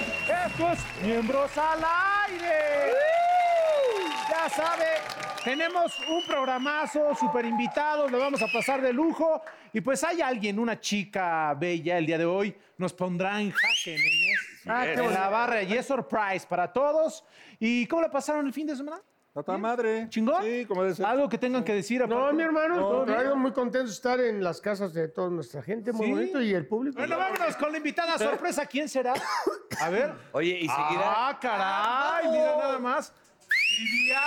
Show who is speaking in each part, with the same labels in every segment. Speaker 1: chicos, miembros al aire. Ya sabe, tenemos un programazo, super invitados, lo vamos a pasar de lujo. Y pues hay alguien, una chica bella el día de hoy, nos pondrá en jaque, nenes. en la barra y es surprise para todos. ¿Y cómo la pasaron el fin de semana?
Speaker 2: Está toda madre.
Speaker 1: ¿Chingón?
Speaker 2: Sí, como debe ser.
Speaker 1: Algo que tengan que decir.
Speaker 3: No,
Speaker 1: aparte?
Speaker 3: mi hermano,
Speaker 2: No,
Speaker 3: todo
Speaker 2: mira.
Speaker 3: contrario, muy contento de estar en las casas de toda nuestra gente, muy
Speaker 1: Sí.
Speaker 3: bonito, y el público.
Speaker 1: Bueno, vámonos con la invitada sorpresa. ¿Quién será? A ver.
Speaker 4: Oye, y seguirá.
Speaker 1: Ah, caray, mira nada más. Viviana.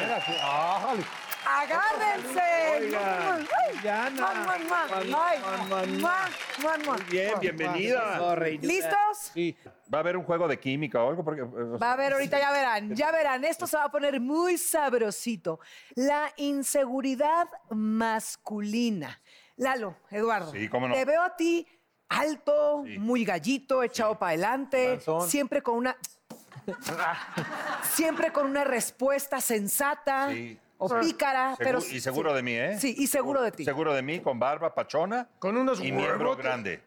Speaker 1: Mira, sí. Ájale.
Speaker 5: ¡Agárrense!
Speaker 1: Viviana.
Speaker 5: ¡Muan, muan, muan! ¡Ay! ¡Muan, muan, muan!
Speaker 2: Bien, bienvenida.
Speaker 5: ¿Listos?
Speaker 1: Sí.
Speaker 2: Va a haber un juego de química o algo porque. eh, o sea,
Speaker 5: Va a ver, ahorita ya verán, ya verán. Esto se va a poner muy sabrosito. La inseguridad masculina. Lalo, Eduardo,
Speaker 2: Sí, cómo no.
Speaker 5: te veo a ti alto, muy gallito, echado para adelante,
Speaker 1: Panzón.
Speaker 5: siempre con una... siempre con una respuesta sensata
Speaker 2: Sí.
Speaker 5: o pícara.
Speaker 2: segu-
Speaker 5: pero
Speaker 2: y seguro de mí, ¿eh?
Speaker 5: Sí, y seguro de ti.
Speaker 2: Seguro de mí, con barba, pachona.
Speaker 3: Con unos
Speaker 2: Y miembro
Speaker 3: huevotes.
Speaker 2: grande.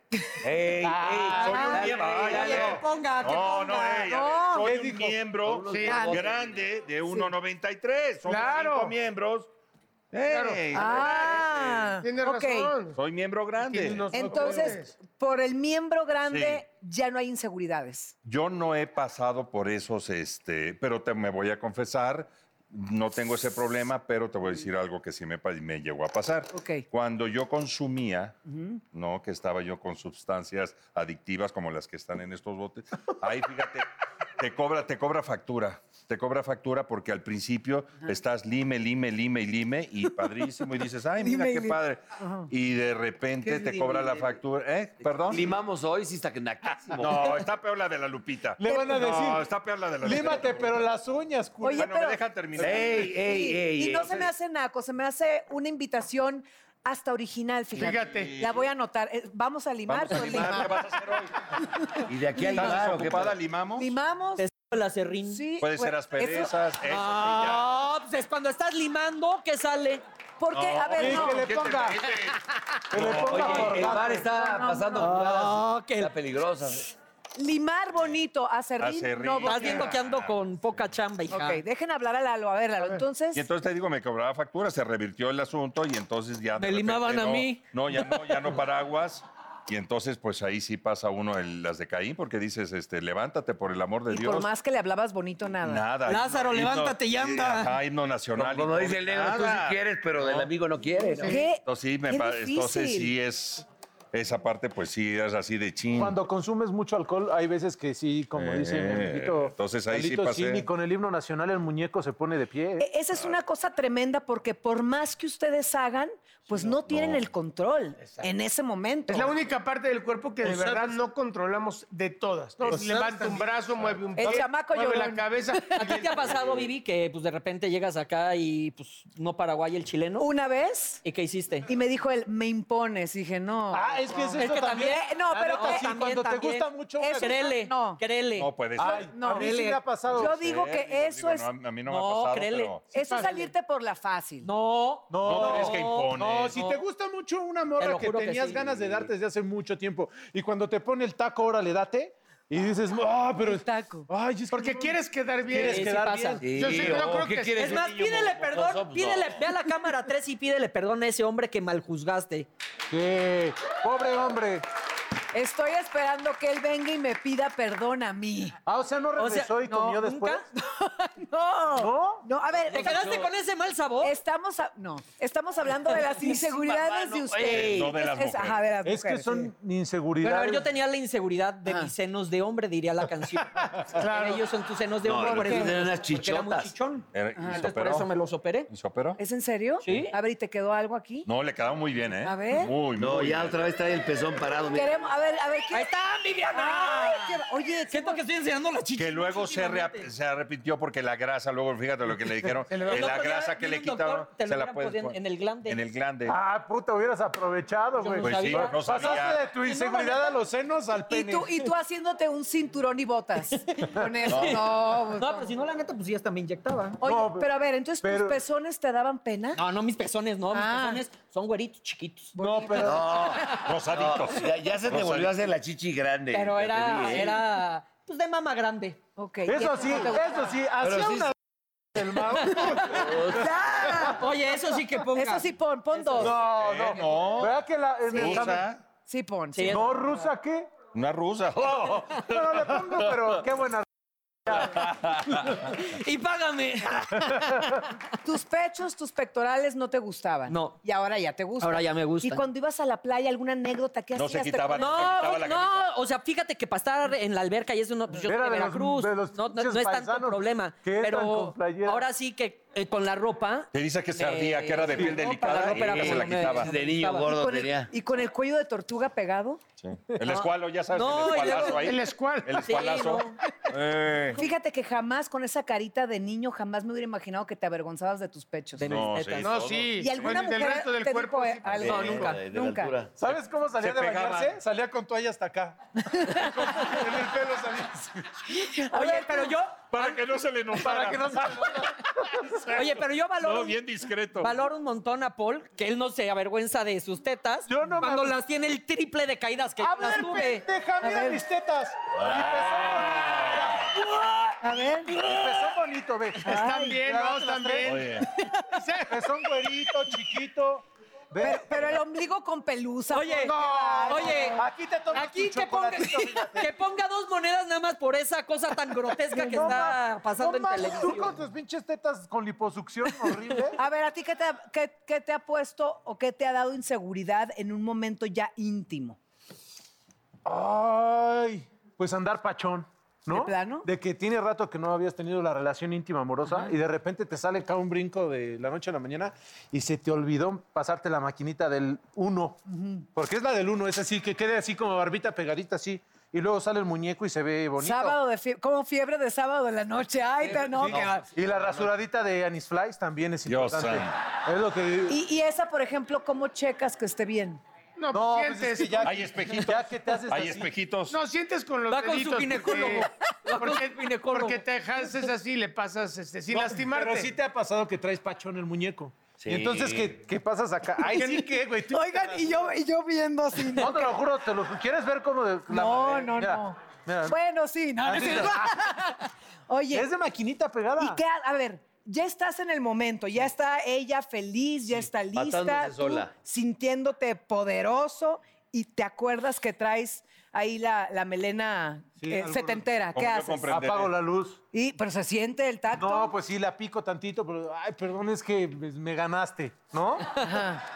Speaker 4: ¡Ey, ey!
Speaker 2: Soy un
Speaker 5: Ah, dale,
Speaker 2: miembro. ay,
Speaker 5: dale,
Speaker 2: ay,
Speaker 5: que
Speaker 2: ay.
Speaker 5: ponga, que
Speaker 2: no, no,
Speaker 5: ponga.
Speaker 2: ey, a ver,
Speaker 5: No.
Speaker 2: Soy un miembro
Speaker 5: grande.
Speaker 2: grande de 1.93. Somos
Speaker 3: Claro.
Speaker 2: cinco miembros. Ey,
Speaker 5: Ah,
Speaker 3: Tiene
Speaker 5: ok.
Speaker 3: razón.
Speaker 2: Soy miembro grande.
Speaker 3: Y nos-
Speaker 5: Entonces, por el miembro grande ya no hay inseguridades.
Speaker 2: Yo no he pasado por esos, este, pero te, me voy a confesar, no tengo ese problema, pero te voy a decir algo que sí me, pa- me llegó a pasar.
Speaker 5: Ok.
Speaker 2: Cuando yo consumía, ¿no? Que estaba yo con sustancias adictivas como las que están en estos botes, ahí fíjate, te cobra, te cobra factura. Te cobra factura porque al principio estás lime, lime, lime y lime y padrísimo y dices, ay, mira
Speaker 5: Lime y
Speaker 2: qué
Speaker 5: lime.
Speaker 2: padre. Y de repente
Speaker 4: ¿Qué es
Speaker 2: te
Speaker 4: lime
Speaker 2: cobra
Speaker 4: y
Speaker 2: la
Speaker 4: lime?
Speaker 2: factura. ¿Eh? ¿Perdón?
Speaker 4: Limamos hoy, sí está que naquísimo.
Speaker 2: No, está peor la de la Lupita.
Speaker 1: Le van a
Speaker 2: No,
Speaker 1: decir,
Speaker 2: está peor la de la
Speaker 1: límate, pero las uñas, culo.
Speaker 5: Oye,
Speaker 2: Bueno,
Speaker 5: pero-
Speaker 2: me dejan terminar.
Speaker 4: ¡Ey, ey,
Speaker 5: Y-
Speaker 4: ey!
Speaker 5: y
Speaker 4: ey,
Speaker 5: no
Speaker 4: o
Speaker 5: se
Speaker 4: sea,
Speaker 5: me hace naco, se me hace una invitación hasta original, fíjate.
Speaker 3: Fíjate.
Speaker 5: La voy a anotar. Eh, Vamos a limar.
Speaker 2: Vamos a
Speaker 5: pues,
Speaker 2: limar, ¿qué
Speaker 5: limamos.
Speaker 2: vas a hacer hoy?
Speaker 4: ¿Y de aquí al
Speaker 2: ¿Estás
Speaker 4: bar o qué
Speaker 2: desocupada?
Speaker 4: pedo?
Speaker 2: ¿Limamos?
Speaker 5: Limamos.
Speaker 6: la serrín.
Speaker 5: Sí,
Speaker 2: Puede ser
Speaker 5: bueno, eso-
Speaker 2: asperezas. eso
Speaker 6: Ah, pues es cuando estás limando que sale.
Speaker 5: ¿Por qué? A ver,
Speaker 1: Sí,
Speaker 5: no.
Speaker 1: que le
Speaker 2: sí ya.
Speaker 1: ponga.
Speaker 2: ¿Qué te parece?
Speaker 1: Que le ponga
Speaker 4: Oye, el
Speaker 1: borracho.
Speaker 4: bar está pasando
Speaker 6: Ah,
Speaker 4: jugadas.
Speaker 6: que
Speaker 4: Está
Speaker 6: el-
Speaker 4: peligrosa.
Speaker 5: Limar bonito, acerrín,
Speaker 2: Aserrín.
Speaker 5: no
Speaker 2: Estás
Speaker 6: Estás
Speaker 5: bonito.
Speaker 6: viendo que ando con poca chamba, hija.
Speaker 5: Ok, dejen hablar a Lalo. A ver, Lalo, entonces...
Speaker 2: Y entonces te digo, me cobraba factura, se revirtió el asunto y entonces ya. de
Speaker 6: Me
Speaker 2: repente
Speaker 6: limaban a
Speaker 2: no,
Speaker 6: mí.
Speaker 2: No, ya no, ya no paraguas. Y entonces, pues ahí sí pasa uno el- las de Caín, porque dices, este, levántate por el amor de
Speaker 5: Y
Speaker 2: Dios.
Speaker 5: por más que le hablabas bonito, nada.
Speaker 2: Nada.
Speaker 6: Lázaro,
Speaker 2: Himno-
Speaker 6: levántate y anda.
Speaker 2: eh, Ajá, himno nacional. y
Speaker 4: Como
Speaker 2: todo,
Speaker 4: dice el negro, tú sí
Speaker 2: nada.
Speaker 4: quieres, pero del amigo no quieres.
Speaker 5: ¿Qué?
Speaker 2: Entonces sí, me
Speaker 5: Qué
Speaker 2: pa- entonces
Speaker 5: difícil.
Speaker 2: sí es. Esa parte, pues sí, es así de ching.
Speaker 7: Cuando consumes mucho alcohol, hay veces que sí, como
Speaker 2: Eh,
Speaker 7: dice mi amiguito
Speaker 2: entonces ahí sí
Speaker 7: Lalito,
Speaker 2: pasé.
Speaker 7: ni con el himno nacional el muñeco se pone de pie. ¿eh?
Speaker 5: E- Esa es una cosa tremenda porque por más que ustedes hagan, pues no, tienen el control en ese momento.
Speaker 3: Es la única parte del cuerpo que de verdad no controlamos de todas. No, levanta un brazo, mueve un
Speaker 5: El
Speaker 3: pie,
Speaker 5: chamaco
Speaker 3: mueve la
Speaker 5: llorón.
Speaker 3: cabeza.
Speaker 6: ¿A ti te ha pasado, Vivi, que pues de repente llegas acá y pues no Paraguay el chileno?
Speaker 5: Una vez
Speaker 6: ¿Y qué hiciste?
Speaker 5: y me dijo él, me impones. Y dije, no.
Speaker 7: Ah, es que es esto
Speaker 6: que
Speaker 7: también.
Speaker 5: Eh, no,
Speaker 7: Ah,
Speaker 5: pero
Speaker 7: no,
Speaker 5: que-
Speaker 7: sí, cuando te
Speaker 6: también.
Speaker 7: gusta mucho. una
Speaker 5: Eso-
Speaker 7: cosa-
Speaker 6: Créele,
Speaker 5: No.
Speaker 6: créele.
Speaker 2: No puede ser.
Speaker 7: Ay,
Speaker 5: No.
Speaker 7: a mí sí me ha pasado.
Speaker 5: Yo digo
Speaker 2: Sí, pues
Speaker 5: que eso
Speaker 2: digo,
Speaker 5: es,
Speaker 2: no, a- a mí no,
Speaker 6: No,
Speaker 2: me ha pasado,
Speaker 6: créele.
Speaker 2: pero-
Speaker 5: eso es salirte por la fácil.
Speaker 6: No,
Speaker 2: No, pero es que impone.
Speaker 7: No, si te gusta mucho una morra
Speaker 6: lo
Speaker 7: que
Speaker 6: juro que
Speaker 7: tenías
Speaker 6: sí.
Speaker 7: ganas de darte desde hace mucho tiempo y cuando te pone el taco, órale, date y dices, ah, pero.
Speaker 5: El taco.
Speaker 7: Ay, es que no
Speaker 3: Porque
Speaker 7: me-
Speaker 3: quieres quedar bien.
Speaker 7: quieres
Speaker 6: Sí, sí
Speaker 7: quedar
Speaker 6: pasa.
Speaker 7: bien.
Speaker 4: Sí,
Speaker 3: Yo sí, yo
Speaker 4: o
Speaker 3: creo
Speaker 4: ¿qué
Speaker 3: que
Speaker 4: quieres?
Speaker 6: Es más,
Speaker 4: Un niño
Speaker 6: pídele
Speaker 4: mocoso, pues,
Speaker 6: perdón,
Speaker 4: no.
Speaker 6: pídele, ve a la cámara 3 y pídele perdón a ese hombre que mal juzgaste.
Speaker 7: Sí, pobre hombre.
Speaker 5: Estoy esperando que él venga y me pida perdón a mí.
Speaker 7: Ah, o sea, no
Speaker 6: O sea,
Speaker 7: regresó y
Speaker 6: no,
Speaker 7: comió después.
Speaker 6: ¿nunca?
Speaker 5: No.
Speaker 7: ¿No?
Speaker 5: No, a ver,
Speaker 6: ¿Te quedaste con ese mal sabor?
Speaker 5: estamos, a- no, estamos hablando de las inseguridades de ustedes.
Speaker 2: Eh, no de las
Speaker 5: Es- es-
Speaker 2: mujeres.
Speaker 5: ajá, de las
Speaker 7: Es que
Speaker 5: mujeres.
Speaker 7: son
Speaker 6: Pero
Speaker 7: inseguridades.
Speaker 6: a ver, yo tenía la inseguridad de
Speaker 7: Ah.
Speaker 6: mis senos de hombre, diría la canción. claro. Ellos son tus senos de hombre.
Speaker 4: No,
Speaker 6: por
Speaker 4: porque
Speaker 6: eso-
Speaker 4: eran unas
Speaker 6: porque era muy
Speaker 4: chichotas.
Speaker 6: chichón.
Speaker 2: Era- Eh, y se
Speaker 6: Entonces, por
Speaker 2: operó.
Speaker 6: eso me los operé.
Speaker 2: ¿Y se operó?
Speaker 5: ¿Es en serio?
Speaker 6: Sí.
Speaker 5: A ver, ¿y te quedó algo aquí?
Speaker 2: No, le quedaba muy bien, ¿eh?
Speaker 5: A ver.
Speaker 2: Muy,
Speaker 4: No,
Speaker 2: muy
Speaker 4: ya
Speaker 2: bien.
Speaker 4: otra vez trae el pezón parado. mira.
Speaker 5: Queremos, a ver, a ver, ¿qué?
Speaker 6: ¡Ahí están,
Speaker 5: Ay,
Speaker 6: Viviana!
Speaker 5: qué- Oye,
Speaker 6: Siento que estoy enseñando la chicha.
Speaker 2: Que luego se, re- se arrepintió porque la grasa, luego fíjate lo que le dijeron, que
Speaker 6: El
Speaker 2: la
Speaker 6: otro día
Speaker 2: grasa que
Speaker 6: vi
Speaker 2: le
Speaker 6: un doctor,
Speaker 2: quitaron
Speaker 6: te lo
Speaker 2: se la
Speaker 6: hubieran
Speaker 2: puedes
Speaker 6: podido en-
Speaker 2: poner.
Speaker 6: en el glande.
Speaker 2: En el glande.
Speaker 7: Ah, puta, hubieras aprovechado,
Speaker 6: Yo
Speaker 7: güey.
Speaker 6: no
Speaker 2: pues sí,
Speaker 6: sabía.
Speaker 2: no
Speaker 7: Pasaste de
Speaker 2: sabía.
Speaker 7: tu inseguridad a los senos al
Speaker 5: Y
Speaker 7: pene.
Speaker 5: tú, y tú haciéndote un cinturón y botas. Con eso, no. pues,
Speaker 6: No, pero si no, la neta, pues sí, hasta me inyectaba.
Speaker 5: Oye,
Speaker 7: No,
Speaker 5: pero a ver, entonces
Speaker 7: pero-
Speaker 5: tus pezones te daban pena.
Speaker 6: No, no, mis pezones, no.
Speaker 5: Ah.
Speaker 6: Mis pezones son güeritos, chiquitos.
Speaker 7: No, pero
Speaker 2: Rosaditos.
Speaker 4: Ya, ya se te volvió a hacer la chichi grande.
Speaker 6: Pero
Speaker 4: ya te
Speaker 6: era,
Speaker 4: vi, ¿eh?
Speaker 6: era pues, de mama grande.
Speaker 5: Ok.
Speaker 7: Eso sí, eso sí, hacía
Speaker 4: sí
Speaker 7: una... El Mau.
Speaker 5: ¡Ya!
Speaker 6: Oye, eso sí que ponga. Eh,
Speaker 5: Eso sí pon, pon dos.
Speaker 7: No, no.
Speaker 2: No.
Speaker 7: ¿Verdad que la, en el examen-
Speaker 2: ¿Rusa?
Speaker 5: Sí pon.
Speaker 6: Sí,
Speaker 5: sí.
Speaker 7: No, rusa, ¿qué?
Speaker 2: Una rusa. ¡Oh!
Speaker 7: No, no le pongo, pero qué buena.
Speaker 6: Y págame.
Speaker 5: Tus pechos, tus pectorales no te gustaban.
Speaker 6: No.
Speaker 5: Y ahora ya te gustan.
Speaker 6: Ahora ya me gustan.
Speaker 5: Y cuando ibas a la playa, alguna anécdota que
Speaker 2: No
Speaker 5: hacías.
Speaker 2: se
Speaker 5: ¿Te
Speaker 2: quitaban.
Speaker 5: acuerdas?
Speaker 2: Se
Speaker 6: No,
Speaker 2: quitaba
Speaker 6: o-
Speaker 2: la
Speaker 6: no, o sea, fíjate que pasar en la alberca y eso no, pues yo soy
Speaker 7: Era
Speaker 6: de
Speaker 7: de los-
Speaker 6: Veracruz,
Speaker 7: de los
Speaker 6: no, no-
Speaker 7: pinches
Speaker 6: no es tanto
Speaker 7: paisanos
Speaker 6: problema,
Speaker 7: que entran con
Speaker 6: pero
Speaker 7: playera.
Speaker 6: ahora sí que eh, con la ropa.
Speaker 2: Te dice que se ardía, que era de piel
Speaker 6: no,
Speaker 2: delicada
Speaker 6: para la ropa era
Speaker 2: y se
Speaker 6: como
Speaker 2: la
Speaker 6: me-
Speaker 2: quitaba.
Speaker 4: pues, De niño
Speaker 6: Estaba-
Speaker 4: gordo
Speaker 5: con el-
Speaker 4: tenía.
Speaker 5: y con el cuello de tortuga pegado.
Speaker 2: Sí.
Speaker 5: Ah.
Speaker 2: El escualo, ya sabes,
Speaker 6: No,
Speaker 2: el
Speaker 6: y luego-
Speaker 2: escualazo ahí.
Speaker 3: El escual.
Speaker 2: El
Speaker 6: Sí,
Speaker 2: escualazo.
Speaker 6: no.
Speaker 2: Eh,
Speaker 5: Fíjate que jamás con esa carita de niño, jamás me hubiera imaginado que te avergonzabas de tus pechos.
Speaker 6: De-
Speaker 2: no,
Speaker 6: mis
Speaker 2: sí,
Speaker 6: tetas.
Speaker 3: No,
Speaker 2: todo.
Speaker 3: sí.
Speaker 5: ¿Y alguna
Speaker 3: Bueno, y
Speaker 5: mujer
Speaker 3: del resto del
Speaker 5: te
Speaker 3: cuerpo?
Speaker 5: dijo,
Speaker 3: sí,
Speaker 5: eh, algo?
Speaker 6: No,
Speaker 4: De-
Speaker 6: nunca,
Speaker 4: de- de la
Speaker 5: nunca.
Speaker 4: altura.
Speaker 7: ¿Sabes cómo salía
Speaker 2: se
Speaker 7: de
Speaker 2: pegaba.
Speaker 7: bañarse? Salía con toalla hasta acá. en el pelo salía así,
Speaker 6: Oye, pero yo,
Speaker 2: Para que no se le notara.
Speaker 7: para que no se...
Speaker 6: oye, pero yo valoro,
Speaker 2: No, bien discreto.
Speaker 6: valoro un montón a Paul, que él no se avergüenza de sus tetas
Speaker 7: Yo no me-
Speaker 6: cuando las tiene el triple de caídas que yo
Speaker 7: A
Speaker 6: las
Speaker 7: ver,
Speaker 6: tuve.
Speaker 7: pendeja, mira mis tetas.
Speaker 5: A
Speaker 6: ¿Eh?
Speaker 5: ver.
Speaker 7: Empezó bonito, ve.
Speaker 3: Están bien, ¿no?
Speaker 7: Clavate
Speaker 3: Están
Speaker 7: las tres.
Speaker 3: bien.
Speaker 2: Oye,
Speaker 7: Empezó un güerito, chiquito. Ve.
Speaker 5: Pero, pero el ombligo con pelusa.
Speaker 6: Oye,
Speaker 5: por-
Speaker 6: oye,
Speaker 7: Aquí te tomas
Speaker 6: aquí
Speaker 7: tu
Speaker 6: que ponga,
Speaker 7: chocolatito, fíjate. Pues
Speaker 6: que ponga dos monedas nada más por esa cosa tan grotesca que
Speaker 7: No
Speaker 6: está
Speaker 7: mames,
Speaker 6: pasando
Speaker 7: no
Speaker 6: en
Speaker 7: mames, Tú
Speaker 6: televisión.
Speaker 7: con tus pinches tetas con liposucción horrible.
Speaker 5: A ver, ¿a ti qué te, ha- qué- qué te ha puesto o qué te ha dado inseguridad en un momento ya íntimo?
Speaker 7: Ay, pues andar pachón, ¿no?
Speaker 5: ¿De plano?
Speaker 7: De que tiene rato que no habías tenido la relación íntima amorosa y de repente te sale acá un brinco de la noche a la mañana y se te olvidó pasarte la maquinita del 1. Porque es la del 1, es así, que quede así como barbita pegadita así. Y luego sale el muñeco y se ve bonito.
Speaker 5: Sábado de fiebre, como fiebre de sábado en la noche. Ay, pero no, qué va-
Speaker 7: Y la rasuradita de Anis Flies también es
Speaker 2: Dios
Speaker 7: importante. Es lo que...
Speaker 5: Y, y esa, por ejemplo, ¿cómo checas que esté bien?
Speaker 3: No,
Speaker 7: No, pues
Speaker 3: sientes.
Speaker 7: es que ya,
Speaker 2: Hay espejitos.
Speaker 7: ya que te haces
Speaker 2: Hay
Speaker 7: así.
Speaker 2: espejitos.
Speaker 3: No, sientes con los
Speaker 6: Va con su
Speaker 3: deditos. porque-
Speaker 6: ginecólogo. Va con
Speaker 3: Porque,
Speaker 6: su ginecólogo.
Speaker 3: porque te haces así, le pasas este, sin
Speaker 7: No,
Speaker 3: lastimarte.
Speaker 7: Pero sí te ha pasado que traes pachón el muñeco.
Speaker 4: Sí.
Speaker 7: Y entonces, ¿qué, qué pasas acá? Ay, sí, ¿qué, güey? Tú-
Speaker 5: Oigan, y yo, y yo viendo así.
Speaker 7: No, te lo juro, te lo ¿quieres ver cómo? de- la
Speaker 5: No,
Speaker 7: madre?
Speaker 5: no,
Speaker 7: Mira,
Speaker 5: no.
Speaker 7: mira.
Speaker 5: Bueno, sí, no, no es
Speaker 7: Así
Speaker 5: cierto. Oye,
Speaker 7: Es de maquinita pegada.
Speaker 5: ¿y qué? ha- A ver, ya estás en el momento, ya está ella feliz, ya está lista,
Speaker 4: matándose
Speaker 5: tú
Speaker 4: sola.
Speaker 5: sintiéndote poderoso y te acuerdas que traes ahí la, la melena
Speaker 7: Sí,
Speaker 5: eh,
Speaker 7: algo-
Speaker 5: setentera. ¿Qué
Speaker 2: Como yo
Speaker 5: haces?
Speaker 2: compré.
Speaker 7: Apago la luz.
Speaker 5: Y, pero se siente el tacto.
Speaker 7: No, pues sí, la pico tantito, pero ay, perdón, es que me, me ganaste, ¿no?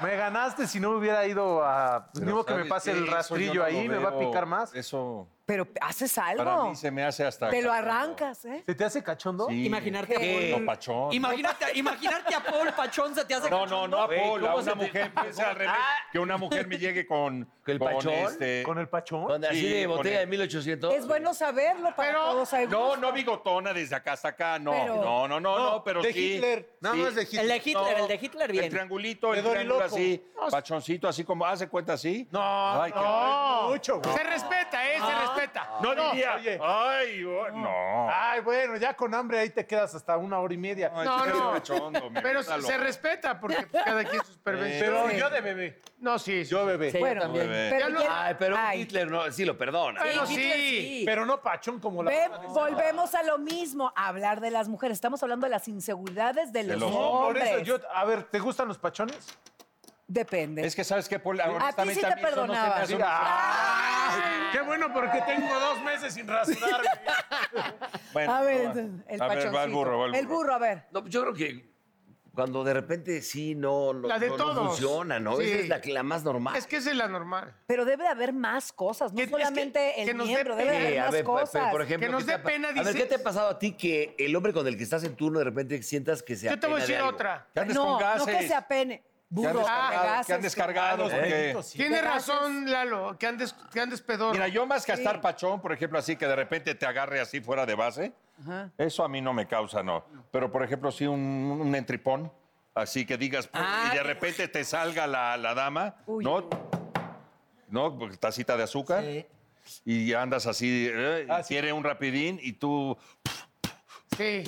Speaker 7: Me ganaste si no hubiera ido a. Pues, ni modo que me pase el rastrillo ahí, me va a picar más.
Speaker 2: Eso
Speaker 5: Pero haces
Speaker 2: para
Speaker 5: algo.
Speaker 2: mí se me hace hasta.
Speaker 5: Te lo arrancas, ¿eh?
Speaker 7: ¿Se te hace cachondo?
Speaker 2: Sí.
Speaker 6: Imaginarte a
Speaker 5: ¿Qué?
Speaker 6: Paul.
Speaker 2: No, pachón.
Speaker 6: Imaginarte, imaginarte a Paul Pachón se te hace.
Speaker 2: No, no, no a
Speaker 4: Güey,
Speaker 2: Paul, a
Speaker 4: ¿cómo
Speaker 2: una
Speaker 4: se te-
Speaker 2: mujer. Piensa al revés.
Speaker 6: Ah,
Speaker 2: Que una mujer me llegue con.
Speaker 4: ¿Con el pachón?
Speaker 2: este-
Speaker 7: ¿Con el pachón?
Speaker 4: Con- Así
Speaker 2: Sí,
Speaker 4: de
Speaker 2: con
Speaker 4: botella
Speaker 2: el-
Speaker 4: de 1800.
Speaker 5: Es bueno saberlo para todos. hay
Speaker 2: No,
Speaker 5: gusto.
Speaker 2: no bigotona desde acá hasta acá, no.
Speaker 5: Pero-
Speaker 2: no, no, no, no, pero
Speaker 7: de
Speaker 2: sí.
Speaker 7: Hitler. Nada
Speaker 2: sí.
Speaker 7: más de
Speaker 6: El de
Speaker 7: Hitler.
Speaker 6: Hitler,
Speaker 2: No,
Speaker 6: el de Hitler,
Speaker 2: El
Speaker 6: bien.
Speaker 2: triangulito, el
Speaker 7: De
Speaker 2: triángulo
Speaker 7: Doriloco.
Speaker 2: así, pachoncito, así como, ¿hace cuenta así?
Speaker 7: No,
Speaker 2: Ay, qué
Speaker 7: no, mucho, güey.
Speaker 3: Se respeta, ¿eh? Se respeta.
Speaker 2: No,
Speaker 7: No,
Speaker 2: diría,
Speaker 7: oye.
Speaker 2: ay, oh, no.
Speaker 7: Ay, bueno, ya con hambre ahí te quedas hasta una hora y media.
Speaker 2: Ay,
Speaker 3: no,
Speaker 2: tú eres
Speaker 3: no.
Speaker 2: cachondo, mi
Speaker 3: Pero
Speaker 2: puta
Speaker 3: se, se
Speaker 2: loca.
Speaker 3: respeta porque pues, cada quien sus
Speaker 7: pero
Speaker 3: perversiones.
Speaker 7: yo de bebé.
Speaker 3: No, sí.
Speaker 7: Yo bebé.
Speaker 6: Sí, yo
Speaker 5: Bueno,
Speaker 6: también.
Speaker 2: bebé.
Speaker 5: pero
Speaker 3: Ya no-
Speaker 5: ya-
Speaker 4: Ay, pero un
Speaker 5: Ay,
Speaker 4: Hitler no, sí lo perdona.
Speaker 3: Bueno,
Speaker 6: Hitler
Speaker 3: sí.
Speaker 7: Pero no pachón como la.
Speaker 5: ve, volvemos a lo mismo, a hablar de las mujeres. Estamos hablando de las inseguridades de los,
Speaker 2: los
Speaker 7: Por
Speaker 5: hombres.
Speaker 7: eso yo, a ver, ¿te gustan los pachones?
Speaker 5: Depende.
Speaker 2: Es que, ¿sabes qué, Paul?
Speaker 5: a ti
Speaker 2: Honestamente,
Speaker 5: sí
Speaker 2: a
Speaker 5: te
Speaker 2: mí eso no se me
Speaker 5: perdonaba.
Speaker 2: hace un-
Speaker 7: Qué bueno porque tengo dos meses sin rasurarme.
Speaker 2: Bueno,
Speaker 5: a ver,
Speaker 2: va.
Speaker 5: entonces, el
Speaker 2: A ver,
Speaker 5: pachoncito.
Speaker 2: va el burro, va el burro.
Speaker 5: a ver.
Speaker 4: No, yo creo que cuando de repente sí no, no,
Speaker 3: La de
Speaker 4: no- no
Speaker 3: todos.
Speaker 4: funciona, ¿no?
Speaker 3: Sí.
Speaker 4: Esa es la, que- la más normal.
Speaker 3: Es que esa es la normal.
Speaker 5: Pero debe de haber más cosas, no
Speaker 3: Que- es que-
Speaker 5: solamente el
Speaker 3: que nos dé
Speaker 5: miembro, debe de
Speaker 3: pena.
Speaker 5: haber
Speaker 4: a
Speaker 5: más
Speaker 4: ver, pe- pe-
Speaker 5: cosas.
Speaker 4: por ejemplo,
Speaker 3: Que nos
Speaker 4: ¿qué
Speaker 3: dé
Speaker 4: te ha pa-
Speaker 3: pena,
Speaker 4: A ver, ¿qué
Speaker 3: dices?
Speaker 4: te ha pasado a ti que el hombre con el que estás en turno de repente sientas que se
Speaker 3: Yo te voy a
Speaker 4: apena de
Speaker 3: decir
Speaker 4: algo?
Speaker 3: otra.
Speaker 2: Que andes
Speaker 5: no,
Speaker 2: con gases.
Speaker 5: no que se apene.
Speaker 2: Que
Speaker 5: Burro, Ah,
Speaker 2: andes cargado,
Speaker 5: pegases,
Speaker 2: que andes cargado,
Speaker 7: Los
Speaker 2: porque-
Speaker 7: benditos, sí.
Speaker 3: Tiene
Speaker 5: Te haces-
Speaker 3: razón, Lalo, que andes, que andes pedor.
Speaker 2: Mira, yo más que estar pachón, por ejemplo, así que de repente te agarre así fuera de base, eso a mí no me causa, no. Pero, por ejemplo, sí un, un entripón, así que digas, pum,
Speaker 6: Ah,
Speaker 2: y de
Speaker 6: que-
Speaker 2: repente te salga la, la dama,
Speaker 5: Uy.
Speaker 2: ¿no? ¿No? Porque Tacita de
Speaker 7: Ah,
Speaker 2: azúcar. Y andas así, eh, y quiere un rapidín y tú...
Speaker 3: Sí.